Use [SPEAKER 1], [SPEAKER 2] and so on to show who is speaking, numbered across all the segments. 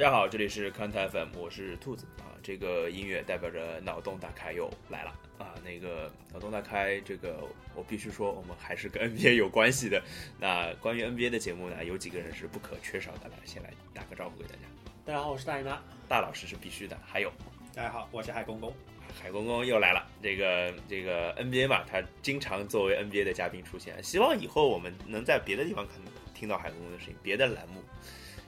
[SPEAKER 1] 家好，这里是看台 FM，我是兔子啊。这个音乐代表着脑洞大开又来了啊。那个脑洞大开，这个我必须说，我们还是跟 NBA 有关系的。那关于 NBA 的节目呢，有几个人是不可缺少的，来先来打个招呼给大家。
[SPEAKER 2] 大家好，我是大姨妈。
[SPEAKER 1] 大老师是必须的，还有
[SPEAKER 3] 大家好，我是海公公。
[SPEAKER 1] 海公公又来了，这个这个 NBA 嘛，他经常作为 NBA 的嘉宾出现，希望以后我们能在别的地方看听到海公公的声音，别的栏目。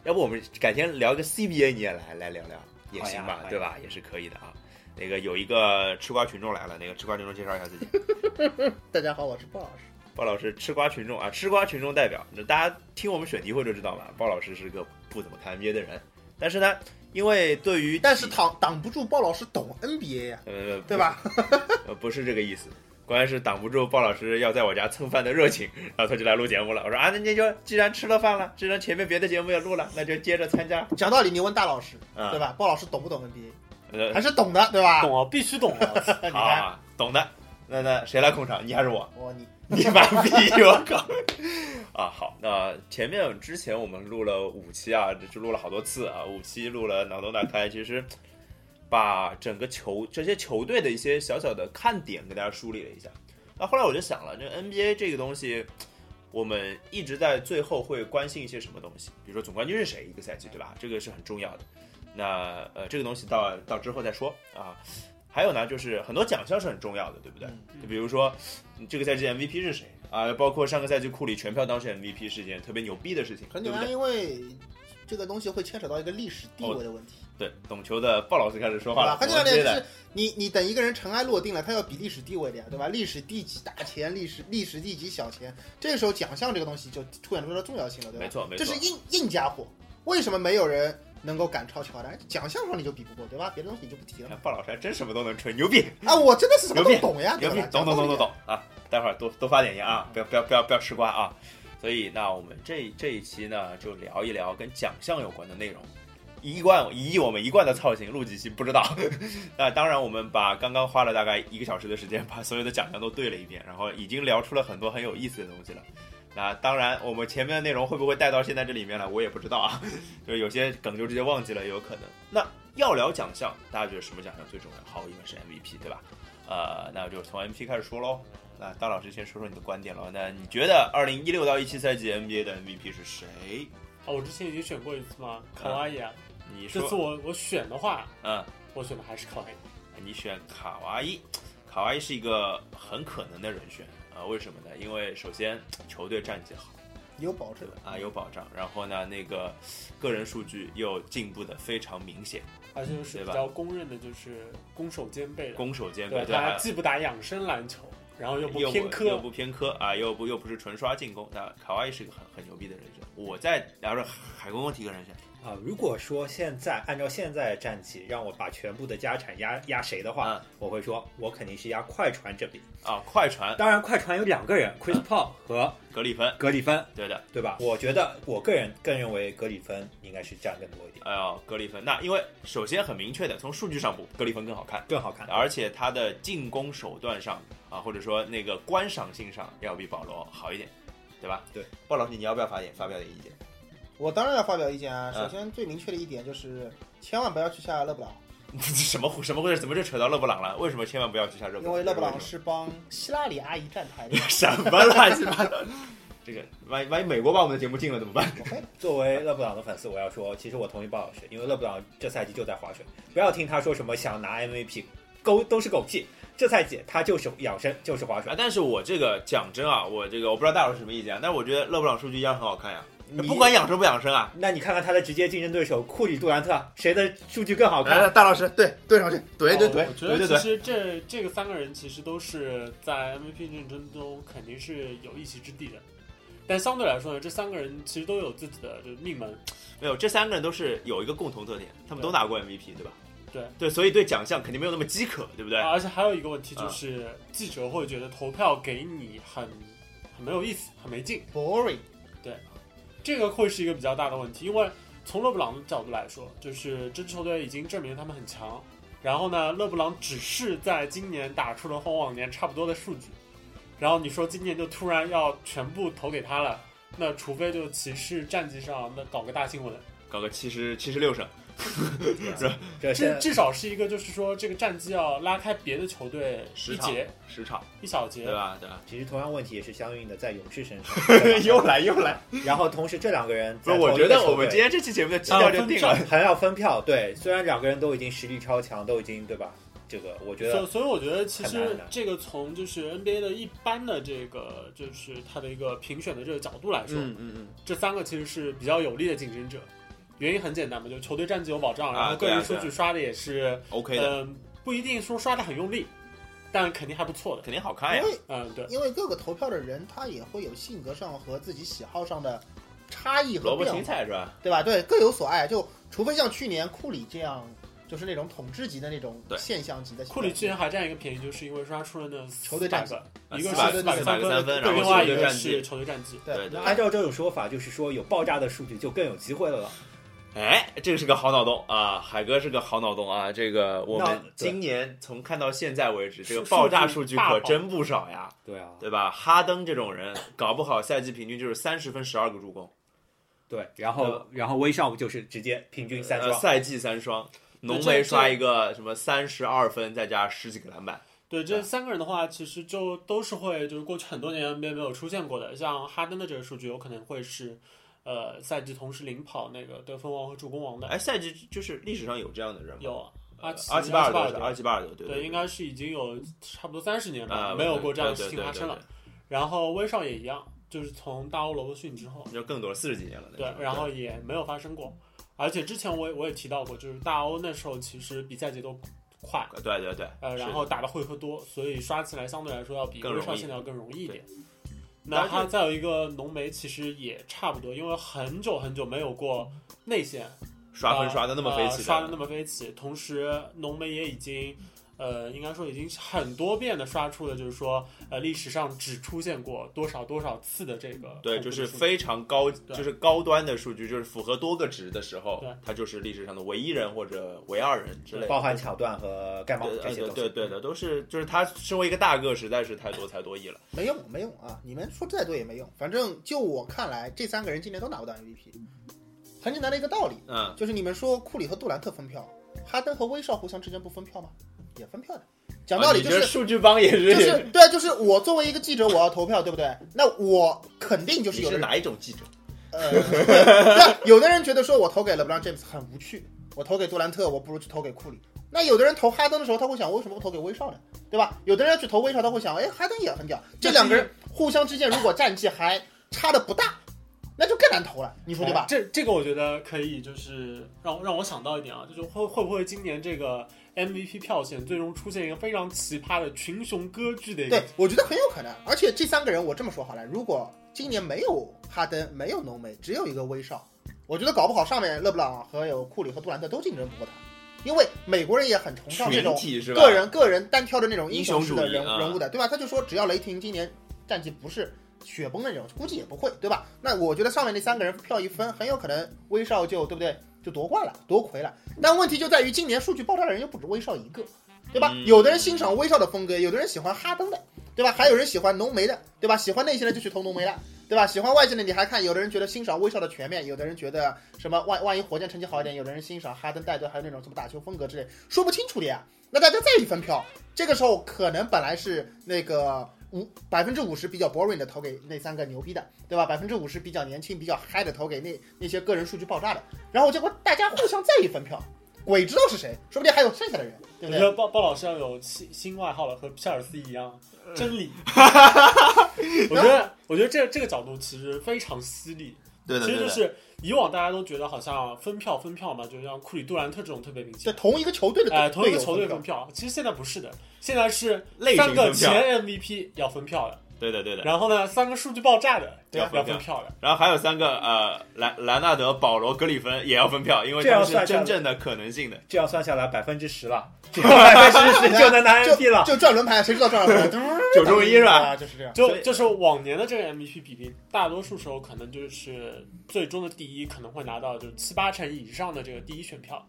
[SPEAKER 1] 要不我们改天聊一个 CBA，你也来来聊聊也行
[SPEAKER 3] 好
[SPEAKER 1] 吧，
[SPEAKER 3] 呀
[SPEAKER 1] 对吧？也是可以的啊。那个有一个吃瓜群众来了，那个吃瓜群众介绍一下自己，
[SPEAKER 4] 大家好，我是鲍老师。
[SPEAKER 1] 鲍老师吃瓜群众啊，吃瓜群众代表。那大家听我们选题会就知道嘛，鲍老师是个不怎么看 NBA 的人，但是呢，因为对于
[SPEAKER 4] 但是挡挡不住鲍老师懂 NBA 呀、
[SPEAKER 1] 呃
[SPEAKER 4] 对吧？
[SPEAKER 1] 呃，不是这个意思，关键是挡不住鲍老师要在我家蹭饭的热情，然后他就来录节目了。我说啊，那那就既然吃了饭了，既然前面别的节目也录了，那就接着参加，
[SPEAKER 4] 讲道理，你问大老师，
[SPEAKER 1] 嗯，
[SPEAKER 4] 对
[SPEAKER 1] 吧？
[SPEAKER 4] 吧？鲍老师懂不懂 NBA？
[SPEAKER 1] 呃
[SPEAKER 4] 还，是懂的，对吧？
[SPEAKER 2] 懂啊，必须懂啊！
[SPEAKER 4] 你
[SPEAKER 1] 好
[SPEAKER 4] 看，
[SPEAKER 1] 啊，懂的。那那谁来控场？你还是我？
[SPEAKER 4] 我你
[SPEAKER 1] 你妈逼！我靠！啊，好，那前面之前我们录了五期啊，就录了好多次啊，五期录了脑洞大开，其实把整个球这些球队的一些小小的看点给大家梳理了一下。那后来我就想了，这 NBA 这个东西，我们一直在最后会关心一些什么东西，比如说总冠军是谁一个赛季，对吧？这个是很重要的。那呃，这个东西到到之后再说啊。还有呢，就是很多奖项是很重要的，对不对？
[SPEAKER 4] 嗯
[SPEAKER 1] 就比如说嗯这个赛季 MVP 是谁啊？包括上个赛季库里全票当选 MVP 是件特别牛逼的事情，
[SPEAKER 4] 很
[SPEAKER 1] 对
[SPEAKER 4] 啊简
[SPEAKER 1] 不
[SPEAKER 4] 单，
[SPEAKER 1] 对？
[SPEAKER 4] 因为这个东西会牵扯到一个历史地位的问题，
[SPEAKER 1] 对，懂球的鲍老师开始说
[SPEAKER 4] 对
[SPEAKER 1] 话
[SPEAKER 4] 吧？
[SPEAKER 1] 了，
[SPEAKER 4] 很简单的，
[SPEAKER 1] 对
[SPEAKER 4] 就是你你等一个人尘埃落定了，他要比历史地位的呀，对吧？历史地级大钱，历史历史地级小钱，这个时候奖项这个东西就凸显出了重要性了，对吧
[SPEAKER 1] 没？错没
[SPEAKER 4] 这
[SPEAKER 1] 错
[SPEAKER 4] 是，硬硬家伙，为什么没有人能够赶超乔丹？奖项上你就比不过，对吧？别的东西你就不提了
[SPEAKER 1] 你。哎看鲍老师还真什么都能吹，牛逼！
[SPEAKER 4] 啊，我真的是什么
[SPEAKER 1] 牛
[SPEAKER 4] 都
[SPEAKER 1] 逼
[SPEAKER 4] 懂呀，
[SPEAKER 1] 牛逼
[SPEAKER 4] 对吧，
[SPEAKER 1] 懂懂懂懂。
[SPEAKER 4] 讲道理
[SPEAKER 1] 懂啊！待会儿多多发点言
[SPEAKER 4] 嗯
[SPEAKER 1] 啊，不要不要不要不要吃瓜啊！所以那我们这这一期呢，就聊一聊跟奖项有关的内容。一贯以我们一贯的操行，录几期不知道。 那当然，我们把刚刚花了大概一个小时的时间，把所有的奖项都对了一遍，然后已经聊出了很多很有意思的东西了。那当然，我们前面的内容会不会带到现在这里面来，我也不知道啊。 就是有些梗就直接忘记了，也有可能。那要聊奖项，大家觉得什么奖项最重要？毫无疑问是 MVP，对吧？呃，那就从 MVP 开始说喽。那大老师先说说你的观点喽。那你觉得二零一六到一七赛季 NBA 的 MVP 是谁？
[SPEAKER 2] 啊，我之前已经选过一次嘛，卡哇伊啊。
[SPEAKER 1] 嗯你
[SPEAKER 2] 这次
[SPEAKER 1] 说，
[SPEAKER 2] 我我选的话，
[SPEAKER 1] 嗯，
[SPEAKER 2] 我选的还是卡哇伊。
[SPEAKER 1] 你选卡哇伊，卡哇伊是一个很可能的人选啊、为什么呢？因为首先球队战绩好，
[SPEAKER 4] 有保
[SPEAKER 1] 对
[SPEAKER 4] 证
[SPEAKER 1] 吧？啊，有保障。然后呢，那个个人数据又进步的非常明显，
[SPEAKER 2] 而且就是比
[SPEAKER 1] 对吧
[SPEAKER 2] 较公认的，就是攻守兼备的。
[SPEAKER 1] 攻守兼备，
[SPEAKER 2] 对，
[SPEAKER 1] 对吧？
[SPEAKER 2] 他既不打养生篮球，然后又不
[SPEAKER 1] 又
[SPEAKER 2] 偏
[SPEAKER 1] 又
[SPEAKER 2] 科。
[SPEAKER 1] 不偏科啊，又不又不是纯刷进攻。那卡哇伊是个很很牛逼的人选。我再然后海公公提个人选，
[SPEAKER 3] 啊，如果说现在按照现在战绩，让我把全部的家产压压谁的话，
[SPEAKER 1] 嗯
[SPEAKER 3] 我会说，我肯定是压快船这边。
[SPEAKER 1] 啊，快船
[SPEAKER 3] 当然，快船有两个
[SPEAKER 1] 嗯
[SPEAKER 3] 人，Chris Paul 和
[SPEAKER 1] 格里芬，
[SPEAKER 3] 格里芬，
[SPEAKER 1] 对的，
[SPEAKER 3] 对吧？我觉得我个人更认为格里芬应该是占更多一点，
[SPEAKER 1] 哎呦，格里芬。那因为首先很明确的，从数据上补，格里芬更好看，
[SPEAKER 3] 更好看。
[SPEAKER 1] 而且他的进攻手段上啊，或者说那个观赏性上要比保罗好一点，对吧？
[SPEAKER 3] 对，
[SPEAKER 1] 鲍老师，你要不要发言发表点意见？
[SPEAKER 4] 我当然要发表意见啊。
[SPEAKER 1] 嗯
[SPEAKER 4] 首先最明确的一点就是，千万不要去下勒布朗，
[SPEAKER 1] 什么什么回事？怎么就扯到勒布朗了？为什么千万不要去下热？。
[SPEAKER 4] 因为勒布朗是帮希拉里阿姨站台的
[SPEAKER 1] 什么乱七八糟？这个万一万一美国把我们的节目禁了怎么办？
[SPEAKER 4] OK，
[SPEAKER 3] 作为勒布朗的粉丝，我要说，其实我同意鲍老师，因为勒布朗这赛季就在划水，不要听他说什么想拿 MVP，狗都是狗屁。这赛季他就是养生，就是划水
[SPEAKER 1] 啊，。但是我这个讲真啊，我这个我不知道大老师什么意见啊，但是我觉得勒布朗数据一样很好看呀，
[SPEAKER 3] 你
[SPEAKER 1] 不管养生不养生啊。
[SPEAKER 3] 那你看看他的直接竞争对手库里、杜兰特，谁的数据更好
[SPEAKER 4] 来
[SPEAKER 1] 哎
[SPEAKER 3] 看？
[SPEAKER 4] 来，大老师，对对上去，怼
[SPEAKER 1] 哦
[SPEAKER 4] 怼
[SPEAKER 2] 哦我
[SPEAKER 4] 怼。
[SPEAKER 2] 觉
[SPEAKER 1] 对对
[SPEAKER 2] 得其
[SPEAKER 1] 对
[SPEAKER 2] 实这这个三个人其实都是在 MVP 竞争中肯定是有一席之地的，但相对来说呢，这三个人其实都有自己的就是命门。
[SPEAKER 1] 没有，这三个人都是有一个共同特点，他们都
[SPEAKER 2] 对
[SPEAKER 1] 拿过 MVP，对吧？
[SPEAKER 2] 对
[SPEAKER 1] 对，所以对奖项肯定没有那么饥渴，对不对？
[SPEAKER 2] 啊而且还有一个问题就
[SPEAKER 1] 嗯
[SPEAKER 2] 是，记者会觉得投票给你很很没有意思，很没劲，
[SPEAKER 4] Boring，
[SPEAKER 2] 这个会是一个比较大的问题。因为从勒布朗的角度来说，就是这支球队已经证明他们很强。然后呢，勒布朗只是在今年打出了和往年差不多的数据，然后你说今年就突然要全部投给他了，那除非就骑士战绩上那搞个大新闻，
[SPEAKER 1] 搞个七十七十六胜，
[SPEAKER 2] 至
[SPEAKER 3] 这是
[SPEAKER 2] 至少是一个，就是说这个战绩要拉开别的球队
[SPEAKER 1] 十
[SPEAKER 2] 一
[SPEAKER 1] 场
[SPEAKER 2] 节
[SPEAKER 1] 十场，
[SPEAKER 2] 一小节
[SPEAKER 1] 对。吧？对吧？
[SPEAKER 3] 其实同样问题也是相应的在勇士身 上，
[SPEAKER 1] 又来又来，
[SPEAKER 3] 然后同时这两个人
[SPEAKER 1] 不
[SPEAKER 3] 在
[SPEAKER 1] 是，我
[SPEAKER 3] 同一个
[SPEAKER 1] 觉得
[SPEAKER 3] 球
[SPEAKER 1] 我们
[SPEAKER 3] 队
[SPEAKER 1] 今天这期节目的基调就定了。
[SPEAKER 3] 很要分票，对，虽然两个人都已经实力超强，都已经对吧？这个我觉
[SPEAKER 2] 所
[SPEAKER 3] 得
[SPEAKER 2] 所以我觉得，其
[SPEAKER 3] 很难很
[SPEAKER 2] 实
[SPEAKER 3] 难
[SPEAKER 2] 这个从就是 NBA 的一般的这个就是它的一个评选的这个角度来说，
[SPEAKER 1] 嗯
[SPEAKER 2] 这三个其实是比较有力的竞争者。原因很简单嘛，就球队战绩有保障，
[SPEAKER 1] 啊
[SPEAKER 2] 然后个
[SPEAKER 1] 对啊
[SPEAKER 2] 人数
[SPEAKER 1] 对
[SPEAKER 2] 据刷的也是，
[SPEAKER 1] 嗯，OK
[SPEAKER 2] 嗯、
[SPEAKER 1] 的，
[SPEAKER 2] 不一定说刷的很用力，但肯定还不错的。
[SPEAKER 1] 肯定好哎看呀
[SPEAKER 4] 因。为
[SPEAKER 2] 嗯，对，
[SPEAKER 4] 因为各个投票的人他也会有性格上和自己喜好上的差异
[SPEAKER 1] 萝
[SPEAKER 4] 和
[SPEAKER 1] 卜
[SPEAKER 4] 变
[SPEAKER 1] 青
[SPEAKER 4] 化，
[SPEAKER 1] 菜是吧？
[SPEAKER 4] 对吧？对，各有所爱。就除非像去年库里这样，就是那种统治级的那种
[SPEAKER 1] 对
[SPEAKER 4] 现象级的球员。
[SPEAKER 2] 库里之前还占一个便宜，就是因为说他出了那
[SPEAKER 4] 球队
[SPEAKER 2] 400
[SPEAKER 4] 战绩
[SPEAKER 2] 个，一个
[SPEAKER 1] 400
[SPEAKER 4] 个
[SPEAKER 2] 是三
[SPEAKER 1] 啊400个三分
[SPEAKER 2] 对
[SPEAKER 4] 然后
[SPEAKER 2] 另
[SPEAKER 4] 球
[SPEAKER 2] 外一
[SPEAKER 4] 队
[SPEAKER 2] 个
[SPEAKER 1] 战绩
[SPEAKER 2] 是球队战绩。
[SPEAKER 1] 对
[SPEAKER 4] 对，
[SPEAKER 1] 对
[SPEAKER 4] 那
[SPEAKER 3] 按照这种说法，就是说有爆炸的数据就更有机会了了。
[SPEAKER 1] 哎，这个是个好脑洞啊，海哥是个好脑洞啊。这个我
[SPEAKER 3] 那
[SPEAKER 1] 们
[SPEAKER 3] 对
[SPEAKER 1] 今年从看到现在为止，这
[SPEAKER 2] 数
[SPEAKER 1] 个爆炸数
[SPEAKER 2] 数
[SPEAKER 1] 据
[SPEAKER 2] 据
[SPEAKER 1] 可
[SPEAKER 2] 大爆
[SPEAKER 1] 真不少呀，
[SPEAKER 3] 对啊，
[SPEAKER 1] 对吧？哈登这种人，搞不好赛季平均就是三十分、十二个助攻，
[SPEAKER 3] 对，
[SPEAKER 1] 对
[SPEAKER 3] 然后然后威少就是直接平均三
[SPEAKER 1] 呃，
[SPEAKER 3] 双，
[SPEAKER 1] 赛季三双，浓眉刷一个什么三十二分，再加十几个篮板，
[SPEAKER 2] 对，这三个人的话，其实就都是会，就是过去很多年 NBA 没有出现过的。像哈登的这个数据，有可能会是，呃，赛季同时领跑那个得分王和助攻王的。
[SPEAKER 1] 哎，赛季就是历史上有这样的人吗？
[SPEAKER 2] 有啊阿奇
[SPEAKER 1] 阿
[SPEAKER 2] 奇
[SPEAKER 1] 巴尔
[SPEAKER 2] 巴尔
[SPEAKER 1] 德，阿
[SPEAKER 2] 德，
[SPEAKER 1] 奇巴尔德，对
[SPEAKER 2] 对，应该是已经有差不多三十年
[SPEAKER 1] 啊
[SPEAKER 2] 吧，没有过这样的
[SPEAKER 1] 对
[SPEAKER 2] 事
[SPEAKER 1] 对
[SPEAKER 2] 情
[SPEAKER 1] 对
[SPEAKER 2] 发生
[SPEAKER 1] 对
[SPEAKER 2] 了。然后威少也一样，就是从大欧罗伯逊之后，
[SPEAKER 1] 对就更多了，四十几年了。那
[SPEAKER 2] 对
[SPEAKER 1] 种，
[SPEAKER 2] 然后也没有发生过。而且之前我也我也提到过，就是大欧那时候其实比赛节奏快，
[SPEAKER 1] 对对对，
[SPEAKER 2] 呃，然
[SPEAKER 1] 是
[SPEAKER 2] 后打的回合多，所以刷起来相对来说要比
[SPEAKER 1] 更容
[SPEAKER 2] 威
[SPEAKER 1] 易
[SPEAKER 2] 少现在要更容易一点。
[SPEAKER 1] 但
[SPEAKER 2] 那
[SPEAKER 1] 是
[SPEAKER 2] 它再有一个浓眉，其实也差不多，因为很久很久没有过内线
[SPEAKER 1] 刷分
[SPEAKER 2] 呃
[SPEAKER 1] 刷的那么飞起
[SPEAKER 2] 呃，刷的那么飞起。同时，浓眉也已经，呃，应该说已经很多遍的刷出了，就是说，呃，历史上只出现过多少多少次的这个
[SPEAKER 1] 对，
[SPEAKER 2] 痛
[SPEAKER 1] 就
[SPEAKER 2] 苦的
[SPEAKER 1] 是
[SPEAKER 2] 数据
[SPEAKER 1] 非常高，
[SPEAKER 2] 对
[SPEAKER 1] 就是高端的数据，就是符合多个值的时候
[SPEAKER 2] 对，
[SPEAKER 1] 他就是历史上的唯一人或者唯二人之类的。
[SPEAKER 3] 包含抢断和盖帽
[SPEAKER 1] 对
[SPEAKER 3] 这
[SPEAKER 1] 呃
[SPEAKER 3] 些
[SPEAKER 1] 对
[SPEAKER 3] 东西。
[SPEAKER 1] 对对的，都是就是他身为一个大个，实在是太多才多艺了。
[SPEAKER 4] 没用，没用啊！你们说再多也没用。反正就我看来，这三个人今年都拿不到 MVP，很简单的一个道理，
[SPEAKER 1] 嗯，
[SPEAKER 4] 就是你们说库里和杜兰特分票，哈登和威少互相之间不分票吗？也分票的。讲道理就
[SPEAKER 1] 啊你
[SPEAKER 4] 是
[SPEAKER 1] 这数据帮也是，
[SPEAKER 4] 就是对，就是我作为一个记者，我要投票，对不对？那我肯定就
[SPEAKER 1] 你
[SPEAKER 4] 是有
[SPEAKER 1] 是
[SPEAKER 4] 人
[SPEAKER 1] 哪一种记者？
[SPEAKER 4] 呃，那呃 有的人觉得说我投给了布朗 James 很无趣，我投给杜兰特，我不如去投给库里。那有的人投哈登的时候，他会想为什么不投给威少呢？对吧？有的人要去投威少，他会想，哎，哈登也很屌。这两个人互相之间如果战绩还差的不大，那就更难投了，你说对吧
[SPEAKER 2] 哎？这这个我觉得可以，就是让让我想到一点啊，就是会会不会今年这个 MVP 票选最终出现一个非常奇葩的群雄割据的一个
[SPEAKER 4] 对，我觉得很有可能。而且这三个人，我这么说好了，如果今年没有哈登，没有浓眉，只有一个威少，我觉得搞不好上面勒布朗和有库里和杜兰特都竞争不过他，因为美国人也很崇尚这
[SPEAKER 1] 群
[SPEAKER 4] 种
[SPEAKER 1] 体是吧？
[SPEAKER 4] 个人个人单挑的那种
[SPEAKER 1] 英
[SPEAKER 4] 英
[SPEAKER 1] 雄
[SPEAKER 4] 雄式的
[SPEAKER 1] 主义
[SPEAKER 4] 人
[SPEAKER 1] 啊
[SPEAKER 4] 人物的，对吧？他就说只要雷霆今年战绩不是雪崩的那种，估计也不会，对吧？那我觉得上面那三个人票一分，很有可能威少就对不对就夺冠了，夺魁了。但问题就在于今年数据爆炸的人又不止威少一个，对吧？
[SPEAKER 1] 嗯
[SPEAKER 4] 有的人欣赏威少的风格，有的人喜欢哈登的，对吧？还有人喜欢浓眉的，对吧？喜欢内线的就去投浓眉了。对吧？喜欢外线的你还看，有的人觉得欣赏威少的全面，有的人觉得什么万万一火箭成绩好一点，有的人欣赏哈登带队，还有那种什么打球风格之类，说不清楚的呀。那大家再一分票，这个时候可能本来是那个五百分之五十比较 boring 的投给那三个牛逼的，对吧？百分之五十比较年轻、比较嗨的投给那那些个人数据爆炸的，然后结果大家互相再一分票，鬼知道是谁，说不定还有剩下的人，对不
[SPEAKER 2] 我觉
[SPEAKER 4] 对？
[SPEAKER 2] 得鲍鲍老师要有新新外号了，和皮尔斯一样，真理。我觉得，我觉得这这个角度其实非常犀利。
[SPEAKER 1] 对的，
[SPEAKER 2] 其
[SPEAKER 1] 对
[SPEAKER 2] 实就
[SPEAKER 1] 的。
[SPEAKER 2] 是以往大家都觉得好像分票分票嘛，就像库里、杜兰特这种特别明
[SPEAKER 4] 就
[SPEAKER 2] 显。
[SPEAKER 4] 同一个球队的队
[SPEAKER 2] 哎，同一个球队
[SPEAKER 4] 友分
[SPEAKER 2] 分
[SPEAKER 4] 票
[SPEAKER 2] 票，其实现在不是的，现在是
[SPEAKER 1] 类型
[SPEAKER 2] 三个
[SPEAKER 1] 分票
[SPEAKER 2] 前 MVP 要分票的，
[SPEAKER 1] 对的，对的。
[SPEAKER 2] 然后呢，三个数据爆炸的
[SPEAKER 1] 要
[SPEAKER 2] 要
[SPEAKER 1] 分票
[SPEAKER 2] 分票的。
[SPEAKER 1] 然后还有三个呃，兰兰纳德、保罗、格里芬也要分票，因为
[SPEAKER 3] 这
[SPEAKER 1] 他
[SPEAKER 3] 样
[SPEAKER 1] 们是
[SPEAKER 3] 算下
[SPEAKER 1] 真
[SPEAKER 3] 来
[SPEAKER 1] 正的可能性的。
[SPEAKER 3] 这样算下来百分之十 了，百分之十就 能拿 MVP 了。
[SPEAKER 4] 就就转轮盘，谁知道转轮盘？
[SPEAKER 1] 九中一是吧？
[SPEAKER 4] 啊，就是这样。
[SPEAKER 1] 所
[SPEAKER 2] 就
[SPEAKER 1] 以
[SPEAKER 2] 就是往年的这个 MVP 比例，大多数时候可能就是最终的第一可能会拿到就是七八成以上的这个第一选票。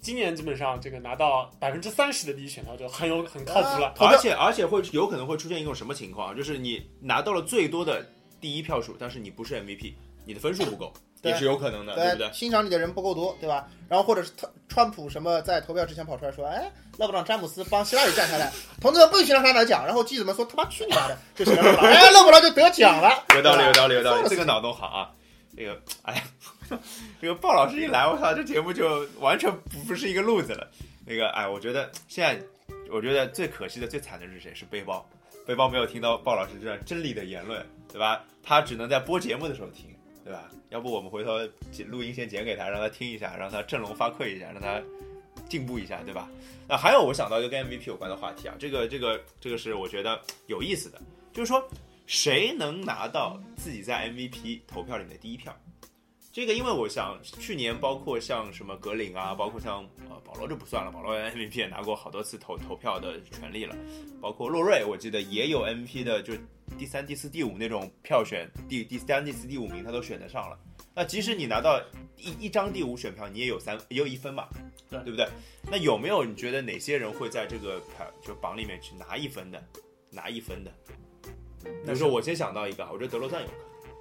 [SPEAKER 2] 今年基本上这个拿到百分之三十的第一选票就很有很靠谱了。
[SPEAKER 4] 投
[SPEAKER 1] 而
[SPEAKER 4] 票
[SPEAKER 1] 且而且会有可能会出现一种什么情况啊，就是你拿到了最多的第一票数，但是你不是 MVP，你的分数不够，
[SPEAKER 4] 对
[SPEAKER 1] 也是有可能的，对不对？
[SPEAKER 4] 欣赏你的人不够多，对吧？然后或者是特川普什么在投票之前跑出来说，哎，勒布朗詹姆斯帮希拉里站下来，同志们不许让他拿奖。然后记者们说他妈去你妈的，就行了。 哎，勒布朗就得奖了，
[SPEAKER 1] 有道理，
[SPEAKER 4] 对吧
[SPEAKER 1] 有道理，有道
[SPEAKER 4] 放
[SPEAKER 1] 理，
[SPEAKER 4] 肆
[SPEAKER 1] 这个脑洞好啊！这个，哎呀，这个鲍老师一来，我操，这节目就完全不不是一个路子了。那个，哎，我觉得现在，我觉得最可惜的、最惨的是谁？是背包，背包没有听到鲍老师这样真理的言论，对吧？他只能在播节目的时候听，对吧？要不我们回头剪录音先剪给他，让他听一下，让他振聋发聩一下，让他进步一下，对吧？那还有我想到一个跟 MVP 有关的话题啊，这个这个这个是我觉得有意思的，就是说谁能拿到自己在 MVP 投票里面的第一票？这个，因为我想去年包括像什么格林啊，包括像呃保罗就不算了，保罗 MVP 也拿过好多次投投票的权利了，包括洛瑞，我记得也有 MVP 的，就第三、第四、第五那种票选，第第三、第四、第五名他都选得上了。那即使你拿到一一张第五选票，你也有三也有一分吧，
[SPEAKER 2] 对
[SPEAKER 1] 对不对？那有没有你觉得哪些人会在这个票就榜里面去拿一分的，拿一分的？比如说我先想到一个，我觉得德罗赞有可能，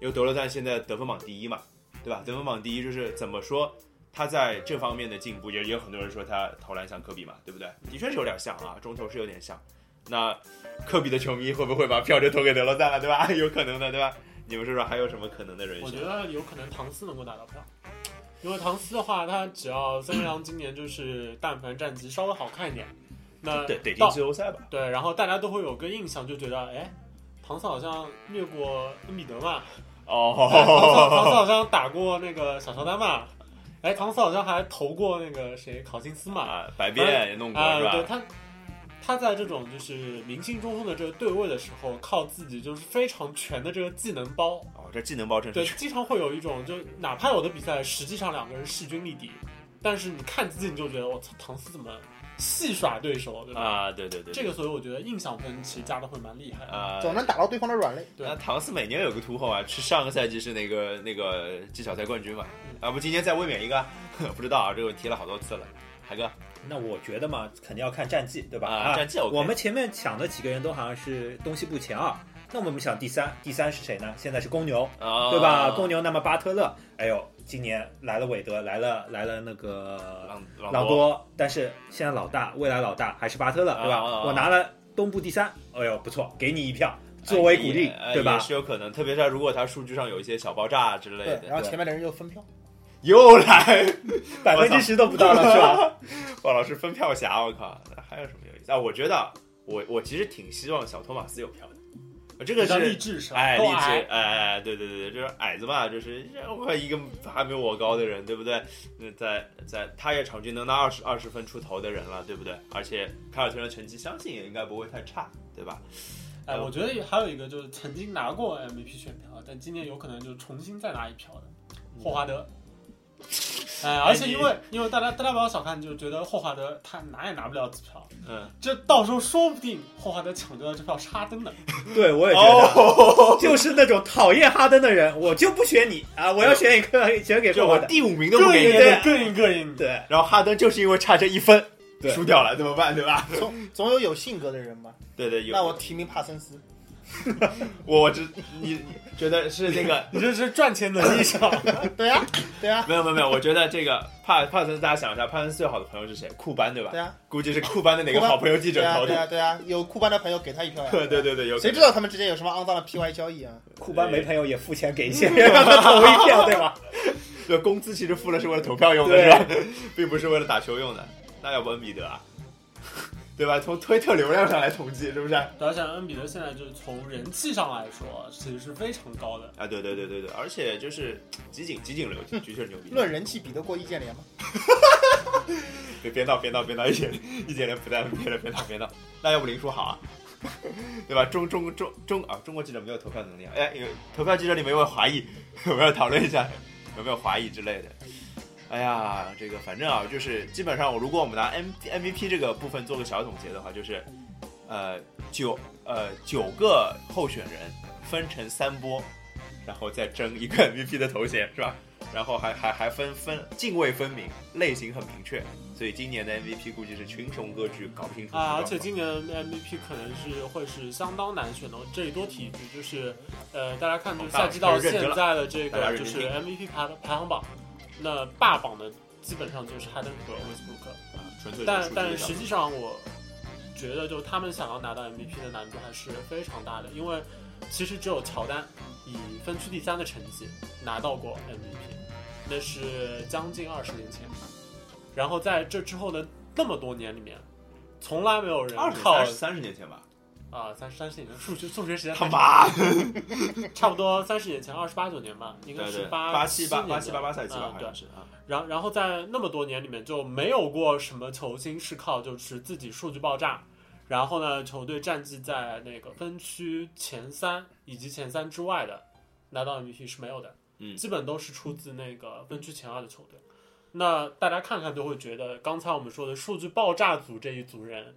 [SPEAKER 1] 因为德罗赞现在得分榜第一嘛，对吧？得分榜第一就是怎么说，他在这方面的进步，也也有很多人说他投篮像科比嘛，对不对？的确是有点像啊，中投是有点像。那科比的球迷会不会把票就投给德罗赞了，对吧？ 有可能的，对吧？你们说说还有什么可能的人
[SPEAKER 2] 我觉
[SPEAKER 1] 选？
[SPEAKER 2] 得有可能唐斯能够拿到票，因为唐斯的话，他只要森林狼今年就是但凡战绩稍微好看一点，那
[SPEAKER 1] 对，得进
[SPEAKER 2] 到
[SPEAKER 1] 季后赛吧。
[SPEAKER 2] 对，然后大家都会有个印象，就觉得哎，唐斯好像虐过恩比德 嘛，哎唐斯唐斯
[SPEAKER 1] 哦，
[SPEAKER 2] 好像打过那个小乔丹嘛，哎，唐斯好像还投过那个谁考辛斯嘛， 啊、
[SPEAKER 1] 啊， 白变也弄过是
[SPEAKER 2] 对
[SPEAKER 1] 吧？
[SPEAKER 2] 他。他在这种就是明星中锋的这个对位的时候，靠自己就是非常全的这个技能包，
[SPEAKER 1] 哦，这技能包真
[SPEAKER 2] 对，
[SPEAKER 1] 是
[SPEAKER 2] 经常会有一种，就哪怕有的比赛实际上两个人势均力敌，但是你看自己你就觉得，我操，唐斯怎么戏耍对手，对吧？
[SPEAKER 1] 啊，对对对，
[SPEAKER 2] 这个，所以我觉得印象分其实加的会蛮厉害的。
[SPEAKER 1] 啊，
[SPEAKER 4] 总能打到对方的软肋。
[SPEAKER 2] 对
[SPEAKER 1] 那唐斯每年有个突破啊，是上个赛季是那个那个季小赛冠军嘛？啊，不，今年再卫冕一个 啊，不知道啊，这个我提了好多次了。海哥
[SPEAKER 3] 那我觉得嘛，肯定要看战绩，对吧？
[SPEAKER 1] 啊，战绩 OK，
[SPEAKER 3] 我们前面抢的几个人都好像是东西部前二，那我们想第三，第三是谁呢？现在是公牛，
[SPEAKER 1] 啊，
[SPEAKER 3] 对吧？公牛，那么巴特勒，哎呦，今年来了韦德，来了来了那个
[SPEAKER 1] 朗
[SPEAKER 3] 朗
[SPEAKER 1] 多，
[SPEAKER 3] 多，但是现在老大，未来老大还是巴特勒，对
[SPEAKER 1] 啊啊
[SPEAKER 3] 吧？
[SPEAKER 1] 啊
[SPEAKER 3] 我拿了东部第三，哎呦，不错，给你一票作为鼓励
[SPEAKER 1] 哎也，哎
[SPEAKER 3] 对
[SPEAKER 1] 也
[SPEAKER 3] 吧？
[SPEAKER 1] 是有可能，特别是如果他数据上有一些小爆炸之类
[SPEAKER 4] 对，
[SPEAKER 1] 的，
[SPEAKER 4] 然后前面的人又分票，
[SPEAKER 1] 又来
[SPEAKER 3] 百分之十都不到了，是吧？
[SPEAKER 1] 鲍老师分票侠，我靠，那还有什么有意思啊？我觉得我我其实挺希望小托马斯有票的，我这个
[SPEAKER 2] 比较
[SPEAKER 1] 是
[SPEAKER 2] 励志是吧？
[SPEAKER 1] 哎，
[SPEAKER 2] 够
[SPEAKER 1] 励志，哎
[SPEAKER 2] 矮，
[SPEAKER 1] 哎，对对对，就是矮子嘛，就是我靠一个还没有我高的人，对不对？那在在他也场均能拿二十二十分出头的人了，对不对？而且凯尔特人的成绩相信也应该不会太差，对吧？
[SPEAKER 2] 哎，我觉得还有一个就是曾经拿过 MVP 选票，但今年有可能就重新再拿一票的霍华德。哎，而且因为因为大家大家不要小看，就觉得霍华德他拿也拿不了几票，
[SPEAKER 1] 嗯，
[SPEAKER 2] 这到时候说不定霍华德抢着这票杀登呢。
[SPEAKER 3] 对，我也觉
[SPEAKER 1] 哦
[SPEAKER 3] 得，就是那种讨厌哈登的人，我就不选你啊！我要选一个，选 给
[SPEAKER 1] 就
[SPEAKER 3] 霍华
[SPEAKER 1] 我
[SPEAKER 3] 德。
[SPEAKER 1] 第五名都不
[SPEAKER 2] 膈
[SPEAKER 1] 给
[SPEAKER 2] 应
[SPEAKER 1] 你，
[SPEAKER 2] 的，膈应膈应。
[SPEAKER 3] 对，
[SPEAKER 1] 然后哈登就是因为差这一分
[SPEAKER 3] 对
[SPEAKER 1] 输掉了，怎么办？对吧？
[SPEAKER 4] 总总有有性格的人嘛。
[SPEAKER 1] 对对，有
[SPEAKER 4] 那我提名帕森斯，
[SPEAKER 1] 我我只你你觉得是那 个
[SPEAKER 2] 你这是赚钱能力上，
[SPEAKER 4] 对啊，对啊，
[SPEAKER 1] 没有没有没有，我觉得这个帕帕森斯，大家想一下，帕森斯最好的朋友是谁？库班对吧？
[SPEAKER 4] 对啊，
[SPEAKER 1] 估计是库班的哪个好朋友记者
[SPEAKER 4] 对啊，
[SPEAKER 1] 投
[SPEAKER 4] 对啊，
[SPEAKER 1] 的？
[SPEAKER 4] 对啊，有库班的朋友给他一票呀。
[SPEAKER 1] 对对对对，有可能
[SPEAKER 4] 谁知道他们之间有什么肮脏的 PY 交易啊？
[SPEAKER 3] 库班没朋友也付钱给一些人让他投一票，对吧？
[SPEAKER 1] 就工资其实付了是为了投票用的，是吧？ 并不是为了打球用的。那要不恩比德啊， 对吧？从推特流量上来统计，是不是？啊，
[SPEAKER 2] 而且恩 比德现在就是从人气上来说，其实是非常高的。
[SPEAKER 1] 对对对对对，而且就是集锦集锦流的确是牛逼。
[SPEAKER 4] 论人气比得过易建联吗？
[SPEAKER 1] 别别闹别闹别闹，一点一点点不带别了别闹别闹。那要不林书豪啊， 对吧？中中中中啊，中国记者没有投票能力啊。哎，有投票记者里面有没有华裔？ 我们要讨论一下有没有华裔之类的。哎呀，这个反正啊，就是基本上我如果我们拿 M MVP 这个部分做个小总结的话，就是呃九呃九个 候选人分成三波，然后再争一个 MVP 的头衔，是吧？然后还还还分分泾渭分明，类型很明确，所以今年的 MVP 估计是群雄割据，搞不清楚
[SPEAKER 2] 啊，
[SPEAKER 1] 是
[SPEAKER 2] 而
[SPEAKER 1] 吧
[SPEAKER 2] 且今年 MVP 可能是会是相当难选的。我这里多提一句，就是呃，大家看就是
[SPEAKER 1] 好大
[SPEAKER 2] 夏
[SPEAKER 1] 家
[SPEAKER 2] 季到
[SPEAKER 1] 认真
[SPEAKER 2] 现
[SPEAKER 1] 了
[SPEAKER 2] 在的这
[SPEAKER 1] 大家
[SPEAKER 2] 个
[SPEAKER 1] 认
[SPEAKER 2] 就
[SPEAKER 1] 真
[SPEAKER 2] 是
[SPEAKER 1] 听
[SPEAKER 2] MVP 排排行榜，那霸榜的基本上就是哈登和威斯布鲁克，
[SPEAKER 1] 啊纯粹
[SPEAKER 2] 但
[SPEAKER 1] 是
[SPEAKER 2] 但
[SPEAKER 1] 数
[SPEAKER 2] 实
[SPEAKER 1] 据上
[SPEAKER 2] 际上我觉得就是他们想要拿到 MVP 的难度还是非常大的，因为其实只有乔丹以分区第三的成绩拿到过 MVP，那是将近二十年前。然后在这之后的那么多年里面，从来没有人
[SPEAKER 1] 二十
[SPEAKER 2] 靠
[SPEAKER 1] 三十年前吧，
[SPEAKER 2] 啊三三十年前数学数学时间
[SPEAKER 1] 他
[SPEAKER 2] 太
[SPEAKER 1] 妈
[SPEAKER 2] 差不多三十年前二十八九年吧，应该
[SPEAKER 1] 对
[SPEAKER 2] 是
[SPEAKER 1] 对，八
[SPEAKER 2] 七
[SPEAKER 1] 八
[SPEAKER 2] 年
[SPEAKER 1] 八七
[SPEAKER 2] 的
[SPEAKER 1] 八八赛季吧
[SPEAKER 2] 嗯，
[SPEAKER 1] 好
[SPEAKER 2] 对
[SPEAKER 1] 像，是啊，
[SPEAKER 2] 然然后在那么多年里面就没有过什么球星是靠就是自己数据爆炸，然后呢球队战绩在那个分区前三以及前三之外的拿到 MVP 是没有的，
[SPEAKER 1] 嗯
[SPEAKER 2] 基本都是出自那个分区前二的球队。那大家看看就会觉得，刚才我们说的数据爆炸组这一组人，